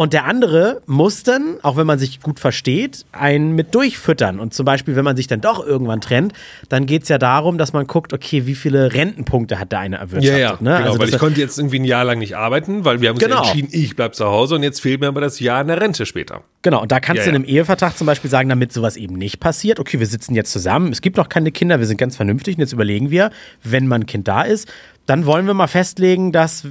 Und der andere muss dann, auch wenn man sich gut versteht, einen mit durchfüttern. Und zum Beispiel, wenn man sich dann doch irgendwann trennt, dann geht es ja darum, dass man guckt, okay, wie viele Rentenpunkte hat der eine
Ja,
erwirtschaftet.
ja,
ne?
genau,
also,
weil
dass
ich konnte jetzt irgendwie ein Jahr lang nicht arbeiten, weil wir haben uns
Genau.
ja entschieden, ich bleib zu Hause und jetzt fehlt mir aber das Jahr in der Rente später.
Genau, und da kannst
Ja,
du in
ja.
einem Ehevertrag zum Beispiel sagen, damit sowas eben nicht passiert, okay, wir sitzen jetzt zusammen, es gibt noch keine Kinder, wir sind ganz vernünftig und jetzt überlegen wir, wenn mal ein Kind da ist, dann wollen wir mal festlegen, dass,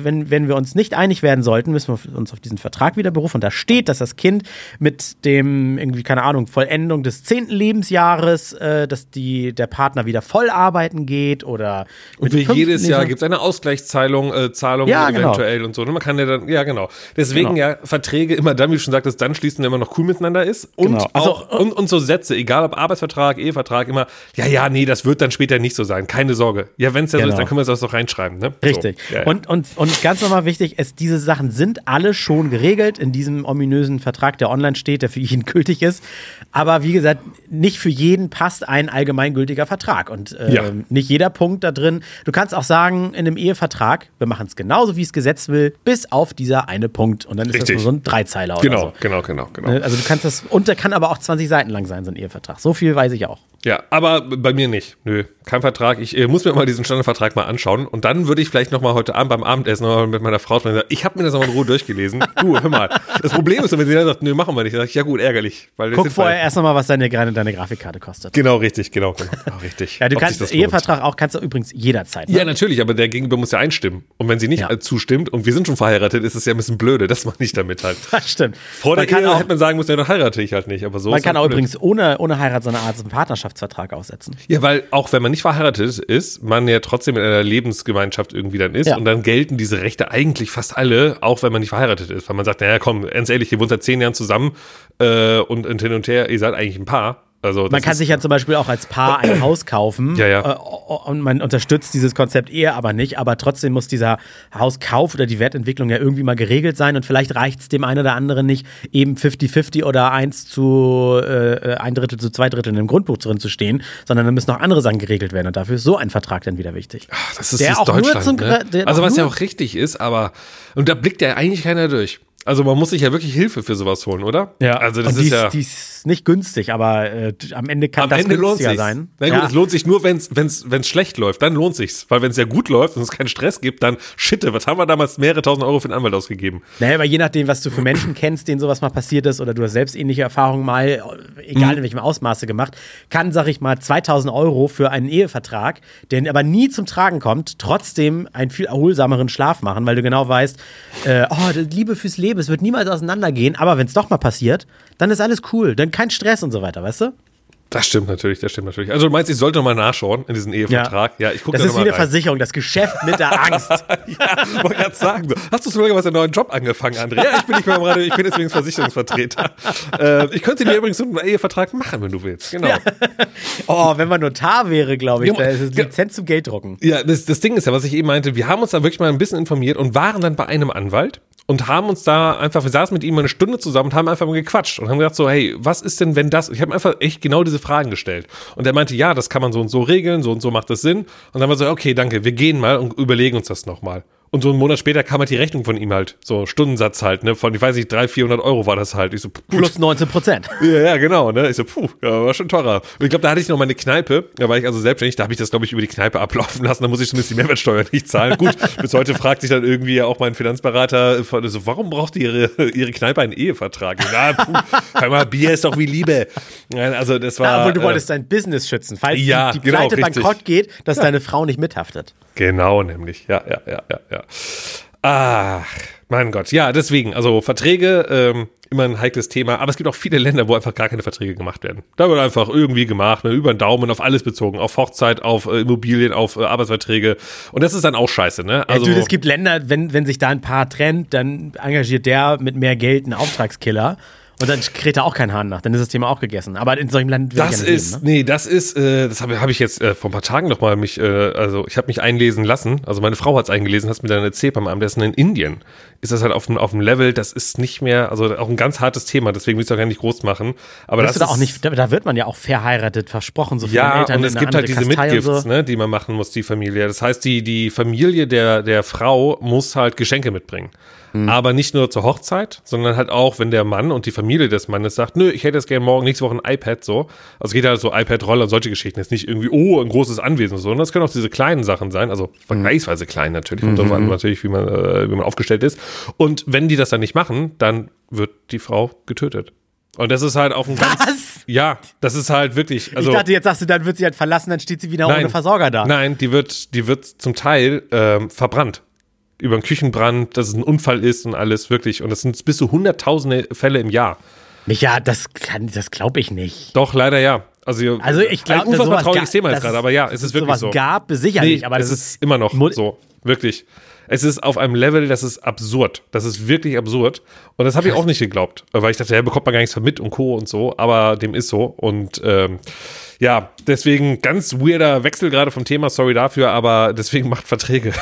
wenn, wenn wir uns nicht einig werden sollten, müssen wir uns auf diesen Vertrag wieder berufen. Und da steht, dass das Kind mit dem, irgendwie, keine Ahnung, Vollendung des zehnten Lebensjahres, äh, dass die, der Partner wieder voll arbeiten geht oder. mit
Und für
15
jedes Jahr
Lebensjahr-
gibt es eine Ausgleichszahlung, äh, Zahlung
Ja, genau.
eventuell und so. Und man kann ja dann, ja genau. Deswegen
Genau.
ja Verträge immer dann, wie du schon sagtest, dann schließen, wenn man noch cool miteinander ist. Und,
Genau. Also-
auch, und, und so Sätze, egal ob Arbeitsvertrag, Ehevertrag, immer, ja, ja, nee, das wird dann später nicht so sein. Keine Sorge. Ja, wenn es ja
Genau.
so ist, dann können wir das doch reinschreiben. Ne?
Richtig.
So. Ja, ja.
Und, und, und ganz nochmal wichtig, es, diese Sachen sind alle schon geregelt in diesem ominösen Vertrag, der online steht, der für jeden gültig ist. Aber wie gesagt, nicht für jeden passt ein allgemeingültiger Vertrag. Und ähm,
Ja.
nicht jeder Punkt da drin. Du kannst auch sagen, in einem Ehevertrag, wir machen es genauso, wie es Gesetz will, bis auf dieser eine Punkt. Und dann ist das
Richtig.
nur so ein Dreizeiler
genau,
oder
genau, genau, genau.
so. Ne? Also du kannst das, und der kann aber auch 20 Seiten lang sein, so ein Ehevertrag. So viel weiß ich auch.
Ja, aber bei mir nicht. Nö, kein Vertrag. Ich äh, muss mir mal diesen Standardvertrag mal anschauen. Und dann würde ich vielleicht nochmal heute Abend beim Abendessen noch mal mit meiner Frau sprechen. und sagen, Ich habe mir das nochmal in Ruhe durchgelesen. Du, hör mal. Das Problem ist, wenn sie dann sagt, nö, machen wir nicht. Dann sag ich, ja gut, ärgerlich. Weil wir
Guck
sind
vorher
bei-
erst nochmal, was deine, deine Grafikkarte kostet.
Genau, richtig, genau, genau, genau richtig.
Ja, du
Ob sich
kannst
das lohnt.
Ehevertrag auch kannst du übrigens jederzeit.
Ja, natürlich, aber der Gegenüber muss ja einstimmen. Und wenn sie nicht
Ja.
äh, zustimmt und wir sind schon verheiratet, ist es ja ein bisschen blöde, dass man nicht damit halt.
Das stimmt.
Vor
man
der
kann
Ehe
auch,
hätte man sagen müssen, ja, dann heirate ich halt nicht. Aber so
man
ist
kann
halt
auch
blöd.
übrigens ohne, ohne Heirat so eine Art so einen Partnerschaftsvertrag aussetzen.
Ja, weil auch wenn man nicht verheiratet ist, man ja trotzdem in einer Lebensgemeinschaft irgendwie dann ist
Ja.
und dann gelten diese Rechte eigentlich fast alle, auch wenn man nicht verheiratet ist, weil man sagt, naja, komm, ganz ehrlich, ihr wohnt seit zehn Jahren zusammen äh, und, und hin und her, ihr seid eigentlich ein Paar. Also das
Man kann
ist-
sich ja zum Beispiel auch als Paar ein Haus kaufen
Ja, ja.
Äh, und man unterstützt dieses Konzept eher aber nicht, aber trotzdem muss dieser Hauskauf oder die Wertentwicklung ja irgendwie mal geregelt sein und vielleicht reicht es dem einen oder anderen nicht, eben 50-50 oder 1 zu äh, ein Drittel zu zwei Drittel in einem Grundbuch drin zu stehen, sondern dann müssen noch andere Sachen geregelt werden und dafür ist so ein Vertrag dann wieder wichtig.
Das ist
Der
das
auch nur
Deutschland.
zum
ne?
Gra- der
also
auch
was ja
nur-
auch richtig ist, aber und da blickt ja eigentlich keiner durch. Also man muss sich ja wirklich Hilfe für sowas holen, oder? Also das
und die
ist ja
Die ist nicht günstig, aber äh, d- am Ende kann
am
das
Ende lohnt
günstiger
sich.
sein.
Na gut,
ja.
es lohnt sich nur, wenn es wenn's, wenn's schlecht läuft, dann lohnt sich's. Weil wenn es ja gut läuft und es keinen Stress gibt, dann shitte, was haben wir damals mehrere tausend Euro für den Anwalt ausgegeben?
Naja, aber je nachdem, was du für Menschen kennst, denen sowas mal passiert ist oder du hast selbst ähnliche Erfahrungen mal, äh,
Mhm.
egal in welchem Ausmaße gemacht, kann, sag ich mal, 2000 Euro für einen Ehevertrag, der aber nie zum Tragen kommt, trotzdem einen viel erholsameren Schlaf machen, weil du genau weißt, äh, oh, das Liebe fürs Leben, es wird niemals auseinandergehen, aber wenn es doch mal passiert, dann ist alles cool, dann kein Stress und so weiter, weißt du?
Das stimmt natürlich, das stimmt natürlich. Also du meinst, ich sollte nochmal nachschauen in diesen Ehevertrag? Ja, ich gucke
Das
da
ist wie
nochmal
eine
rein.
Versicherung, das Geschäft mit der Angst.
ja, wollte gerade sagen. so, Hast du sogar was einen neuen Job angefangen, André? Ja, ich bin nicht mehr im Radio, ich bin jetzt übrigens Versicherungsvertreter. Äh, ich könnte dir übrigens einen Ehevertrag machen, wenn du willst. Genau.
Oh, wenn man Notar wäre, glaube ich,
Ja,
da ist es
ja.
Lizenz zum Gelddrucken.
Ja, das, das Ding ist ja, was ich eben meinte, wir haben uns da wirklich mal ein bisschen informiert und waren dann bei einem Anwalt und haben uns da einfach, wir saßen mit ihm mal eine Stunde zusammen und haben einfach mal gequatscht und haben gesagt so, hey, was ist denn, wenn das, ich habe einfach echt genau diese Fragen gestellt. Und er meinte, ja, das kann man so und so regeln, so und so macht das Sinn. Und dann haben wir so, okay, danke, wir gehen mal und überlegen uns das nochmal. Und so einen Monat später kam halt die Rechnung von ihm halt, so Stundensatz halt, ne, von, ich weiß nicht, 300, 400 Euro war das halt. Ich so, gut.
Plus 19 Prozent.
Ja, ja, genau. Ne? Ich so, puh, ja, war schon teurer. Und ich glaube, da hatte ich noch meine Kneipe, da war ich also selbstständig, da habe ich das, glaube ich, über die Kneipe ablaufen lassen, da muss ich zumindest die Mehrwertsteuer nicht zahlen. Gut, bis heute fragt sich dann irgendwie ja auch mein Finanzberater, von- so, warum braucht ihre, ihre Kneipe einen Ehevertrag? Na, puh, hör mal, Bier ist doch wie Liebe. Nein, Also das war...
Aber du
äh,
wolltest dein Business schützen, falls die-
ja,
die
genau,
Pleite
richtig.
bankrott geht, dass deine Frau nicht mithaftet.
Genau, nämlich. Ja, ja, ja, ja, ja. Ach, mein Gott. Ja, deswegen. Also Verträge, ähm, immer ein heikles Thema. Aber es gibt auch viele Länder, wo einfach gar keine Verträge gemacht werden. Da wird einfach irgendwie gemacht, ne, über den Daumen, auf alles bezogen. Auf Hochzeit, auf äh, Immobilien, auf äh, Arbeitsverträge. Und das ist dann auch scheiße, ne?
Also, du, es gibt Länder, wenn, wenn sich da ein Paar trennt, dann engagiert der mit mehr Geld einen Auftragskiller und dann kräht er auch keinen Hahn nach, dann ist das Thema auch gegessen. Aber in solchem Land will
Das
ich ja nicht
ist,
leben, ne?
nee, das ist, äh, das habe hab ich jetzt äh, vor ein paar Tagen nochmal mich, äh, also ich habe mich einlesen lassen, also meine Frau hat es eingelesen, hat mir dann erzählt beim Abendessen in Indien. Ist das halt auf dem auf dem Level, das ist nicht mehr, also auch ein ganz hartes Thema, deswegen will ich es auch gar nicht groß machen. Aber
Bist
das
du da
ist,
auch nicht, da, da wird man ja auch verheiratet, versprochen, so von den
ja,
Eltern
und
in
es
eine
gibt halt
andere
diese
Kastei und
Mitgifts,
so.
ne, die man machen muss, die Familie. Das heißt, die, die Familie der, der Frau muss halt Geschenke mitbringen.
Mhm.
Aber nicht nur zur Hochzeit, sondern halt auch, wenn der Mann und die Familie des Mannes sagt, nö, ich hätte jetzt gerne morgen, nächste Woche ein iPad, so. Also es geht halt so iPad-Roller und solche Geschichten. Jetzt nicht irgendwie, oh, ein großes Anwesen, und so. sondern es können auch diese kleinen Sachen sein, also
Mhm.
vergleichsweise klein natürlich, kommt drauf an natürlich, wie man, äh, wie man aufgestellt ist. Und wenn die das dann nicht machen, dann wird die Frau getötet. Und das ist halt auf ein ganz,
Was?
ja, das ist halt wirklich, also.
ich dachte, jetzt sagst du, dann wird sie halt verlassen, dann steht sie wieder ohne Versorger da.
Nein, die wird, die wird zum Teil ähm, verbrannt. Über einen Küchenbrand, dass es ein Unfall ist und alles, wirklich. Und das sind bis zu hunderttausende Fälle im Jahr.
Micha, das kann, das glaube ich nicht.
Doch, leider ja. Also,
Also ich glaube,
ein unfassbar trauriges Thema jetzt gerade, aber ja, es ist wirklich
sowas
so.
gab
nee,
sicherlich, aber
es
das
ist, immer noch
Mul-
so, wirklich. Es ist auf einem Level, das ist absurd. Das ist wirklich absurd. Und das habe ich auch nicht geglaubt, weil ich dachte, ja, bekommt man gar nichts von mit und Co. und so, aber dem ist so. Und ähm, ja, deswegen ganz weirder Wechsel gerade vom Thema, sorry dafür, aber deswegen macht Verträge.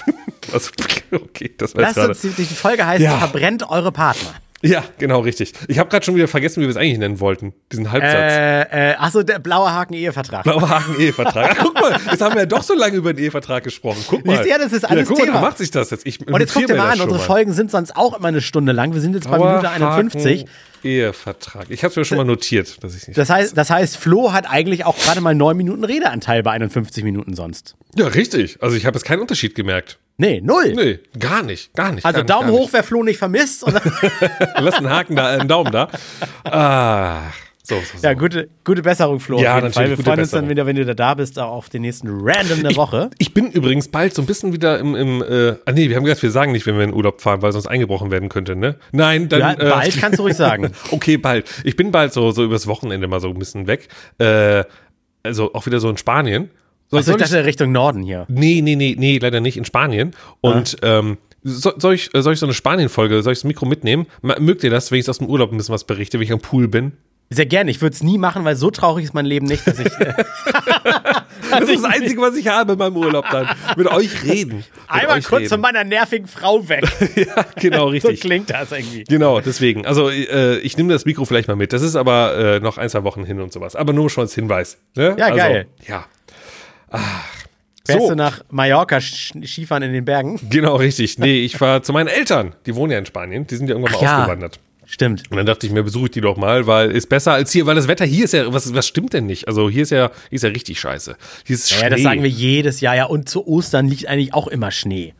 also, okay, das war
Lasst
jetzt gerade.
uns die, die Folge heißt
Ja.
verbrennt eure Partner.
Ja, genau, richtig. Ich habe gerade schon wieder vergessen, wie wir es eigentlich nennen wollten, diesen Halbsatz.
Äh, äh, achso, der blaue Haken Ehevertrag.
Blauer Haken Ehevertrag. Ah, guck mal, jetzt haben wir ja doch so lange über den Ehevertrag gesprochen. Guck mal.
Siehst du, ja, das ist alles
guck mal,
Thema.
da macht sich das jetzt. Ich
und jetzt guck dir mal an, unsere
Folge
Folgen sind sonst auch immer eine Stunde lang. Wir sind jetzt bei Minute 51.
Ehevertrag. Ich habe es mir schon mal notiert, dass ich nicht.
Das heißt, das heißt, Flo hat eigentlich auch gerade mal neun Minuten Redeanteil bei 51 Minuten sonst.
ja, richtig. Also ich habe jetzt keinen Unterschied gemerkt.
Nee, null.
Nee, gar nicht, gar nicht.
Also
gar nicht,
Daumen
gar
hoch, wer Flo nicht vermisst. Und
Nicht. Lass einen Haken da, äh, einen Daumen da. Ah, so, so, so.
ja, gute, gute Besserung, Flo. auf jeden
Ja, natürlich,
Fall. Wir
gute
freuen uns dann
Besserung.
wieder, wenn du da- da bist, auch auf den nächsten Random der Woche.
Ich bin übrigens bald so ein bisschen wieder im, im äh, ah nee, wir haben gesagt, wir sagen nicht, wenn wir in Urlaub fahren, weil sonst eingebrochen werden könnte, ne? Nein, dann
Ja,
äh,
bald kannst du ruhig sagen.
Okay, bald. Ich bin bald so, so übers Wochenende mal so ein bisschen weg. Äh, also auch wieder so in Spanien. Soll,
Also ich
soll ich,
dachte Richtung Norden hier.
nee, nee, nee, nee, leider nicht in Spanien. Und
Ah.
ähm, so, soll, ich, soll ich so eine Spanien-Folge, soll ich das Mikro mitnehmen? Ma- Mögt ihr das, wenn ich aus dem Urlaub ein bisschen was berichte, wenn ich am Pool bin?
Sehr gerne. Ich würde es nie machen, weil so traurig ist mein Leben nicht, dass ich äh,
Das ist das Einzige, was ich habe in meinem Urlaub dann. Mit euch reden. Mit
einmal
euch
kurz
reden.
von meiner nervigen Frau weg.
Ja,
So
genau, richtig.
klingt das irgendwie.
Genau, deswegen. Also äh, ich nehme das Mikro vielleicht mal mit. Das ist aber äh, noch ein, zwei Wochen hin und sowas. Aber nur schon als Hinweis. Ne?
Ja, geil.
Ja. Ach.
Fährst
So,
du nach Mallorca sch- Skifahren in den Bergen?
genau, richtig. Nee, ich fahre zu meinen Eltern. Die wohnen ja in Spanien. Die sind ja irgendwann mal
Ja.
ausgewandert.
Stimmt.
Und dann dachte ich mir, besuche ich die doch mal, weil ist besser als hier, weil das Wetter hier ist ja, was, was stimmt denn nicht? Also hier ist ja, hier ist ja richtig scheiße. Hier ist Schnee.
Ja, das sagen wir jedes Jahr. Ja, und zu Ostern liegt eigentlich auch immer Schnee.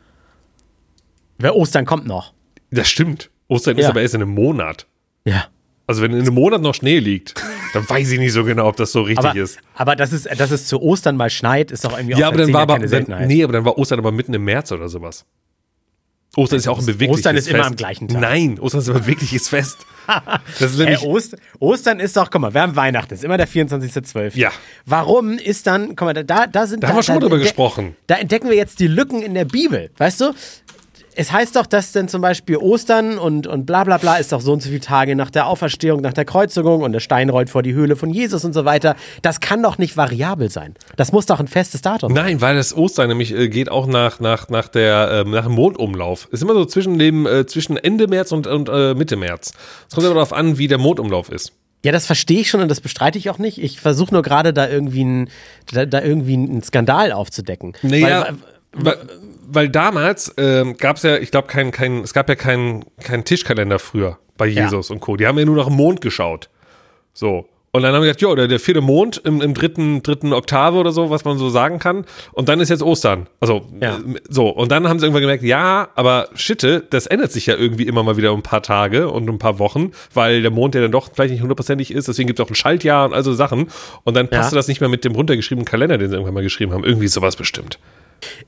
Wer Ostern kommt noch.
Das stimmt. Ostern ist
Ja.
aber erst in einem Monat.
Ja.
Also wenn in einem Monat noch Schnee liegt, dann weiß ich nicht so genau, ob das so richtig
Aber,
ist.
aber dass, es, dass es zu Ostern mal schneit, ist doch irgendwie
Ja,
auch
aber
seit
dann
zehn
war
Jahren
aber
keine
dann,
Seltenheit.
nee, aber dann war Ostern aber mitten im März oder sowas. Ostern ist ja auch ein bewegliches
Ostern ist
Fest.
immer am gleichen Tag.
Nein, Ostern ist immer ein bewegliches Fest. Das ist nämlich
Äh, Ost Ostern ist doch, guck mal, wir haben Weihnachten, ist immer der 24.12.
Ja.
Warum ist dann, guck mal, da- da, da sind
Da haben wir schon mal drüber
entde-
gesprochen.
Da entdecken wir jetzt die Lücken in der Bibel, weißt du? Es heißt doch, dass dann zum Beispiel Ostern und, und bla bla bla ist doch so und so viele Tage nach der Auferstehung, nach der Kreuzigung und der Stein rollt vor die Höhle von Jesus und so weiter. Das kann doch nicht variabel sein. Das muss doch ein festes Datum sein.
Nein, weil das Ostern nämlich äh, geht auch nach, nach, nach, der, ähm, nach dem Mondumlauf. Ist immer so zwischen, dem, äh, zwischen Ende März und, und äh, Mitte März. Es kommt aber darauf an, wie der Mondumlauf ist.
Ja, das verstehe ich schon und das bestreite ich auch nicht. Ich versuche nur gerade da irgendwie einen da, da irgendwie einen Skandal aufzudecken.
Naja,
Weil-
weil, weil damals ähm, gab es ja, ich glaube, kein, kein, es gab ja keinen kein Tischkalender früher bei
Ja.
Jesus und Co. Die haben ja nur nach dem Mond geschaut. So. Und dann haben wir gedacht, jo, der, der vierte Mond im, im dritten, dritten Oktave oder so, was man so sagen kann. Und dann ist jetzt Ostern. Also,
Ja.
äh, so. Und dann haben sie irgendwann gemerkt, ja, aber Schitte, das ändert sich ja irgendwie immer mal wieder um ein paar Tage und um ein paar Wochen, weil der Mond ja dann doch vielleicht nicht hundertprozentig ist. Deswegen gibt es auch ein Schaltjahr und all so Sachen. Und dann passte das nicht mehr mit dem runtergeschriebenen Kalender, den sie irgendwann mal geschrieben haben. Irgendwie sowas bestimmt.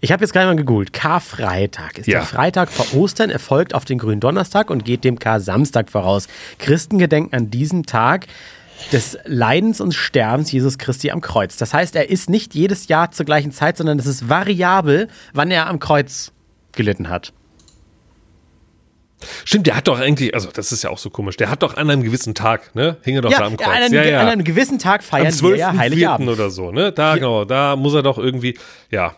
Ich habe jetzt gerade mal gegoogelt. Karfreitag ist
Ja.
der Freitag vor Ostern, erfolgt auf den grünen Donnerstag und geht dem Kar-Samstag voraus. Christen gedenken an diesen Tag des Leidens und Sterbens Jesus Christi am Kreuz. Das heißt, er ist nicht jedes Jahr zur gleichen Zeit, sondern es ist variabel, wann er am Kreuz gelitten hat.
Stimmt, der hat doch eigentlich, also das ist ja auch so komisch, der hat doch an einem gewissen Tag, ne? Hing er doch da am Kreuz.
An, einem,
ja, ja.
an einem gewissen Tag
am
feiern wir ja
12.04.
Heiligabend.
oder so, ne? Da, genau, da muss er doch irgendwie, ja.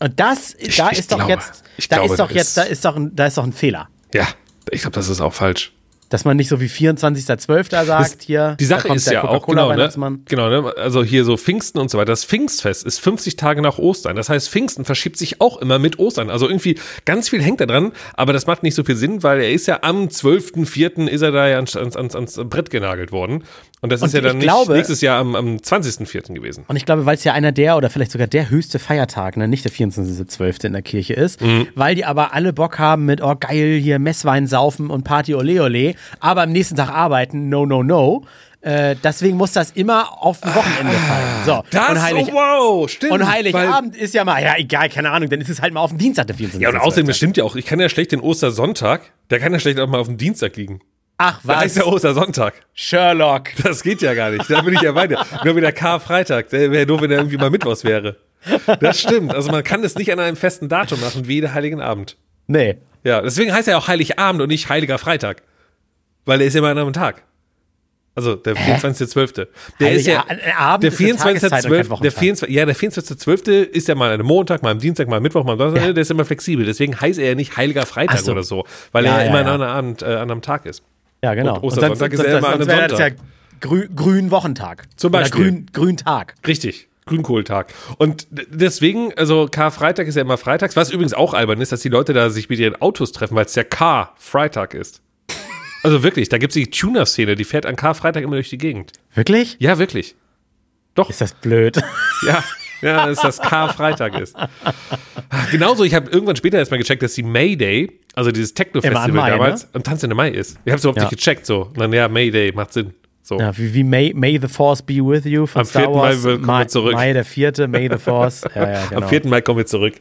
Und das,
Ich-
da
ich
ist doch
glaube-
jetzt,
ich
da
glaube,
ist doch
das
jetzt, da
ist-
ist doch ein, da ist doch ein Fehler.
Ja, ich glaube, das ist auch falsch.
Dass man nicht so wie 24.12. sagt, hier.
Die
da
Sache
kommt
ist
der
ja auch, genau, ne?
Coca-Cola-Weihnachtsmann.
genau ne? also hier so Pfingsten und so weiter. Das Pfingstfest ist 50 Tage nach Ostern. Das heißt, Pfingsten verschiebt sich auch immer mit Ostern. Also irgendwie ganz viel hängt da dran, aber das macht nicht so viel Sinn, weil er ist ja am 12.04. ist er da ja ans, ans, ans, ans Brett genagelt worden. Und das
Und
ist ja
ich
dann nicht
glaube-
nächstes Jahr am, am 20.04. gewesen.
Und ich glaube, weil es ja einer der oder vielleicht sogar der höchste Feiertag, ne, nicht der 24.12. in der Kirche ist,
Mhm.
weil die aber alle Bock haben mit, oh geil, hier Messwein saufen und Party ole ole, aber am nächsten Tag arbeiten, no, no, no. Äh, deswegen muss das immer auf ein Wochenende
Ah,
fallen. So, und, Heilig,
Oh, wow, stimmt.
und
weil-
Heiligabend ist ja mal, ja egal, keine Ahnung, dann ist es halt mal auf dem Dienstag der 24.
Ja, und außerdem, das halt stimmt ja auch, ich kann ja schlecht den Ostersonntag, der kann ja schlecht auch mal auf den Dienstag liegen.
Ach
Da ist
was,
der Ostersonntag.
Sherlock.
Das geht ja gar nicht. Da bin ich ja bei dir. Nur wieder Karfreitag. Der wäre doof, wenn der irgendwie mal Mittwochs wäre. Das stimmt. Also man kann das nicht an einem festen Datum machen, wie der Heiligen Abend.
Nee.
Ja, deswegen heißt er ja auch Heiligabend und nicht Heiliger Freitag. Weil er ist ja immer an einem Tag. Also der 24.12. Der
Heiliger
ist ja
Abend
der
ist eine Tageszeit und kein
24.12. Der
Wochentag.
24, ja, der 24.12. ist ja mal an einem Montag, mal am Dienstag, mal am Mittwoch, mal am Donnerstag. Der ist immer flexibel. Deswegen heißt er ja nicht Heiliger Freitag
Ach so.
oder so, weil
Ja,
er
ja,
immer
ja.
an einem Abend, äh, an einem Tag ist.
Ja, genau.
Und Ostersonntag ist ja immer an einem
wäre das ja
Sonntag.
grü grün Wochentag.
Zum Beispiel.
Oder grün, Grüntag.
Richtig. Grünkohltag. Und d- deswegen, also Karfreitag ist ja immer freitags, was übrigens auch albern ist, dass die Leute da sich mit ihren Autos treffen, weil es ja Karfreitag ist. Also wirklich, da gibt es die Tuner-Szene, die fährt an Karfreitag immer durch die Gegend.
Wirklich?
Ja, wirklich.
Ist das blöd.
Ja, ja, dass das Karfreitag ist. Genauso, ich habe irgendwann später erst mal gecheckt, dass die Mayday, also dieses
Immer am Mai, ne?
Techno-Festival damals, am Tanz Ende Mai ist. Ich habe es überhaupt
Ja.
nicht gecheckt, so. Und dann, ja, Mayday, macht Sinn. So.
Ja, wie, wie May, May the Force be with you von
Am
Star
4. Mai
Wars.
willkommen zurück.
Mai der vierte, May the Force. Ja, ja, genau.
Am 4. Mai kommen wir zurück.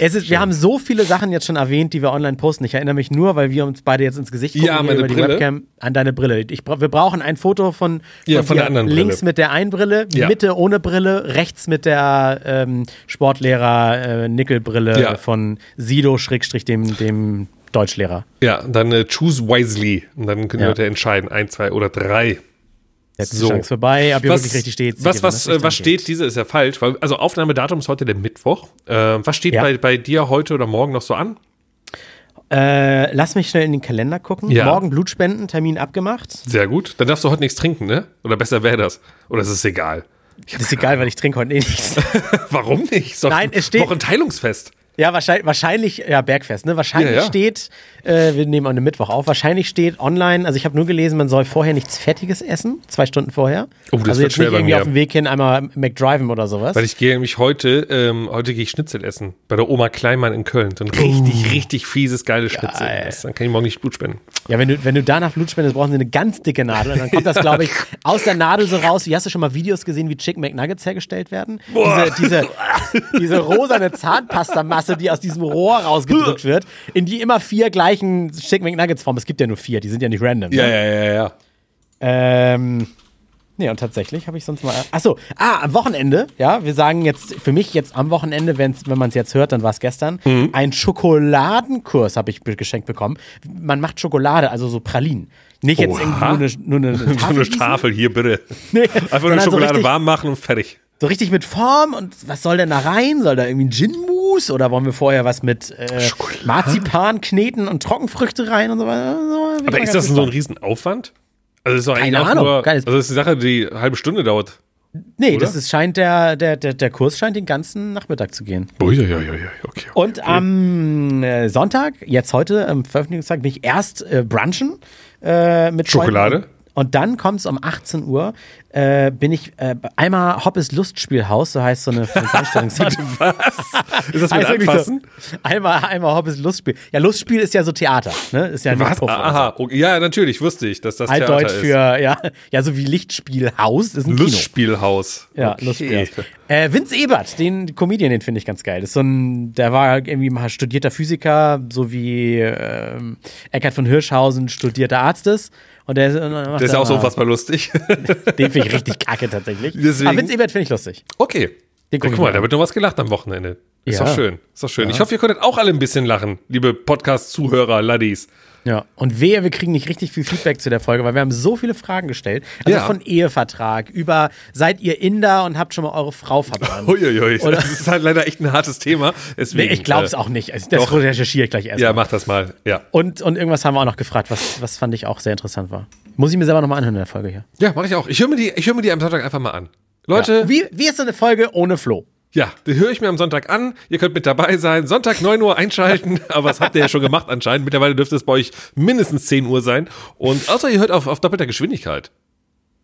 Es ist, wir haben so viele Sachen jetzt schon erwähnt, die wir online posten. Ich erinnere mich nur, weil wir uns beide jetzt ins Gesicht gucken
Ja,
hier
meine
über die
Brille.
Webcam an deine Brille. Ich, bra- wir brauchen ein Foto von,
Ja, von der
dir.
anderen Brille.
links mit der einen Brille,
Ja.
Mitte ohne Brille, rechts mit der ähm, Sportlehrer äh, Nickelbrille
Ja.
von Sido Schrägstrich dem dem Deutschlehrer.
Ja, und dann äh, choose wisely. Und dann können die
Ja.
Leute entscheiden, ein, zwei oder drei.
Jetzt ist
So.
die Chance vorbei, ob ihr wirklich richtig steht.
was,
seht ihr,
was,
wenn das
äh, was
richtig angeht.
steht, diese ist ja falsch, weil, also Aufnahmedatum ist heute der Mittwoch. Äh, was steht
Ja.
bei, bei dir heute oder morgen noch so an?
Äh, lass mich schnell in den Kalender gucken.
Ja.
Morgen Blutspenden, Termin abgemacht.
Sehr gut. Dann darfst du heute nichts trinken, ne? Oder besser wäre das. Oder ist es egal?
Das ist egal, weil ich trinke heute eh nichts.
Warum nicht? Ist doch
Nein,
ein
es steht-
Wochenteilungsfest.
Ja, wahrscheinlich, wahrscheinlich ja, Bergfest, ne? Wahrscheinlich
Ja, ja.
steht, äh, wir nehmen an einem Mittwoch auf, wahrscheinlich steht online, also ich habe nur gelesen, man soll vorher nichts Fettiges essen, zwei Stunden vorher.
Oh, das
also
wird
jetzt
schwer
nicht
bei
irgendwie
mir.
auf dem Weg hin einmal McDriven oder sowas.
Weil ich gehe nämlich heute, ähm, heute gehe ich Schnitzel essen. Bei der Oma Kleinmann in Köln. So ein richtig, richtig fieses, geiles Schnitzel. Das, dann kann ich morgen nicht Blut spenden.
ja, wenn du, wenn du danach Blut spendest, brauchen sie eine ganz dicke Nadel. Und dann kommt das, glaube ich, aus der Nadel so raus. Wie hast du schon mal Videos gesehen, wie Chicken McNuggets hergestellt werden?
Boah.
Diese, diese, diese rosane Zahnpasta Tasse, die aus diesem Rohr rausgedrückt wird, in die immer vier gleichen Chicken McNuggets formen. Es gibt ja nur vier, die sind ja nicht random.
Ja,
ne?
ja, ja, ja.
Ähm, nee, und tatsächlich habe ich sonst mal. Achso, ah, am Wochenende, ja, wir sagen jetzt, für mich jetzt am Wochenende, wenn's, wenn man es jetzt hört, dann war es gestern,
Mhm.
ein Schokoladenkurs habe ich be- geschenkt bekommen. Man macht Schokolade, also so Pralinen. Nicht jetzt
Oha.
irgendwie nur eine, nur eine
So
Tafel.
eine
gießen.
Tafel hier, bitte.
Nee,
Einfach nur
sondern
die
so
Schokolade
richtig-
warm machen und fertig.
So richtig mit Form und was soll denn da rein? Soll da irgendwie ein Gin-Mousse oder wollen wir vorher was mit äh,
Schokolade?
Marzipan, Kneten und Trockenfrüchte rein und so weiter? So, bin ich mal
Aber ist
ganz
das denn so ein
gespannt.
Riesenaufwand? Also das ist doch eigentlich
Keine
auch
Ahnung,
nur,
keines-
also das ist eine Sache, die eine halbe Stunde dauert.
Nee,
oder?
das ist, scheint der, der, der, der Kurs scheint den ganzen Nachmittag zu gehen.
Uiuiuiui, okay.
Und am äh, Sonntag, jetzt heute, am Veröffentlichungstag, bin ich erst äh, brunchen äh, mit
Schokolade?
Freunden. Und dann kommt es um 18 Uhr, äh, bin ich äh, einmal Hoppes Lustspielhaus, so heißt so eine Veranstaltungsstätte.
Was? Ist das mit
Heißt irgendwie
Anfassen?
Ah, So, einmal, einmal Hobbes Lustspiel. Ja, Lustspiel ist ja so Theater, ne? Ist ja nicht
Was?
Puff oder so.
Ah, Aha, okay. ja, natürlich, wusste ich, dass das Theater
Altdeutsch
ist.
Halt für, ja, ja, so wie Lichtspielhaus ist ein Kino.
Lustspielhaus.
Ja,
Okay.
Lustspiel. Äh, Vince Ebert, den Comedian, den finde ich ganz geil. Das ist so ein, der war halt irgendwie mal studierter Physiker, so wie ähm, Eckhard von Hirschhausen studierter Arzt ist. Und der,
Das ist ja auch
Genau.
so unfassbar lustig.
Den finde ich richtig kacke tatsächlich.
Deswegen-
Aber Vince Ebert finde ich lustig. Den
Okay. Ja,
guck ich
guck
mir
mal,
an.
da wird noch was gelacht am Wochenende. Ist
Ja.
doch schön. Ist doch schön. Ich hoffe, ihr könntet auch alle ein bisschen lachen, liebe Podcast-Zuhörer, Laddies.
Ja, und wehe, wir kriegen nicht richtig viel Feedback zu der Folge, weil wir haben so viele Fragen gestellt. Also
Ja.
von Ehevertrag über seid ihr Inder und habt schon mal eure Frau verbrannt.
Uiuiui.
Oder-
Das ist halt leider echt ein hartes Thema.
Nee,
Deswegen,
ich glaube es
äh,
auch nicht. Also das
doch.
recherchiere ich gleich erst.
Ja,
mal.
mach das mal. Ja.
Und, und irgendwas haben wir auch noch gefragt, was, was fand ich auch sehr interessant war. Muss ich mir selber nochmal anhören in der Folge hier.
Ja, mach ich auch. Ich höre mir, die- ich hör mir die am Sonntag einfach mal an. Leute,
Ja. Wie, wie ist so eine Folge ohne Flo?
Ja, die höre ich mir am Sonntag an. Ihr könnt mit dabei sein. Sonntag 9 Uhr einschalten. Aber das habt ihr ja schon gemacht anscheinend. Mittlerweile dürfte es bei euch mindestens 10 Uhr sein. Und außer ihr hört auf, auf doppelter Geschwindigkeit.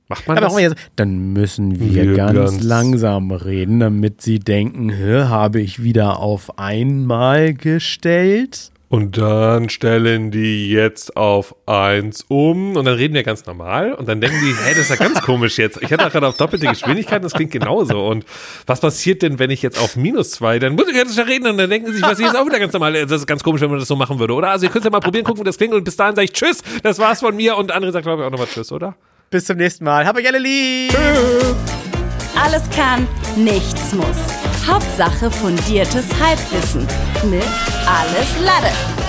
Macht man
Aber
das?
auch mal jetzt, dann müssen wir,
Wir
ganz,
ganz-
langsam reden, damit sie denken, hä, habe ich wieder auf einmal gestellt?
Und dann stellen die jetzt auf 1 um. Und dann reden wir ganz normal. Und dann denken die, hä, das ist ja ganz komisch jetzt. Ich hatte doch gerade auf doppelte Geschwindigkeit. und Das klingt genauso. Und was passiert denn, wenn ich jetzt auf minus 2? Dann muss ich jetzt nicht reden. Und dann denken sie sich, was hier ist auch wieder ganz normal. Das ist ganz komisch, wenn man das so machen würde, oder? Also ihr könnt ja mal probieren, gucken, wie das klingt. Und bis dahin sage ich Tschüss. Das war's von mir. Und andere sagt, glaube ich, auch nochmal Tschüss, oder?
Bis zum nächsten Mal. Hab euch alle lieb.
Alles kann, nichts muss. Hauptsache fundiertes Halbwissen mit Alles Lade.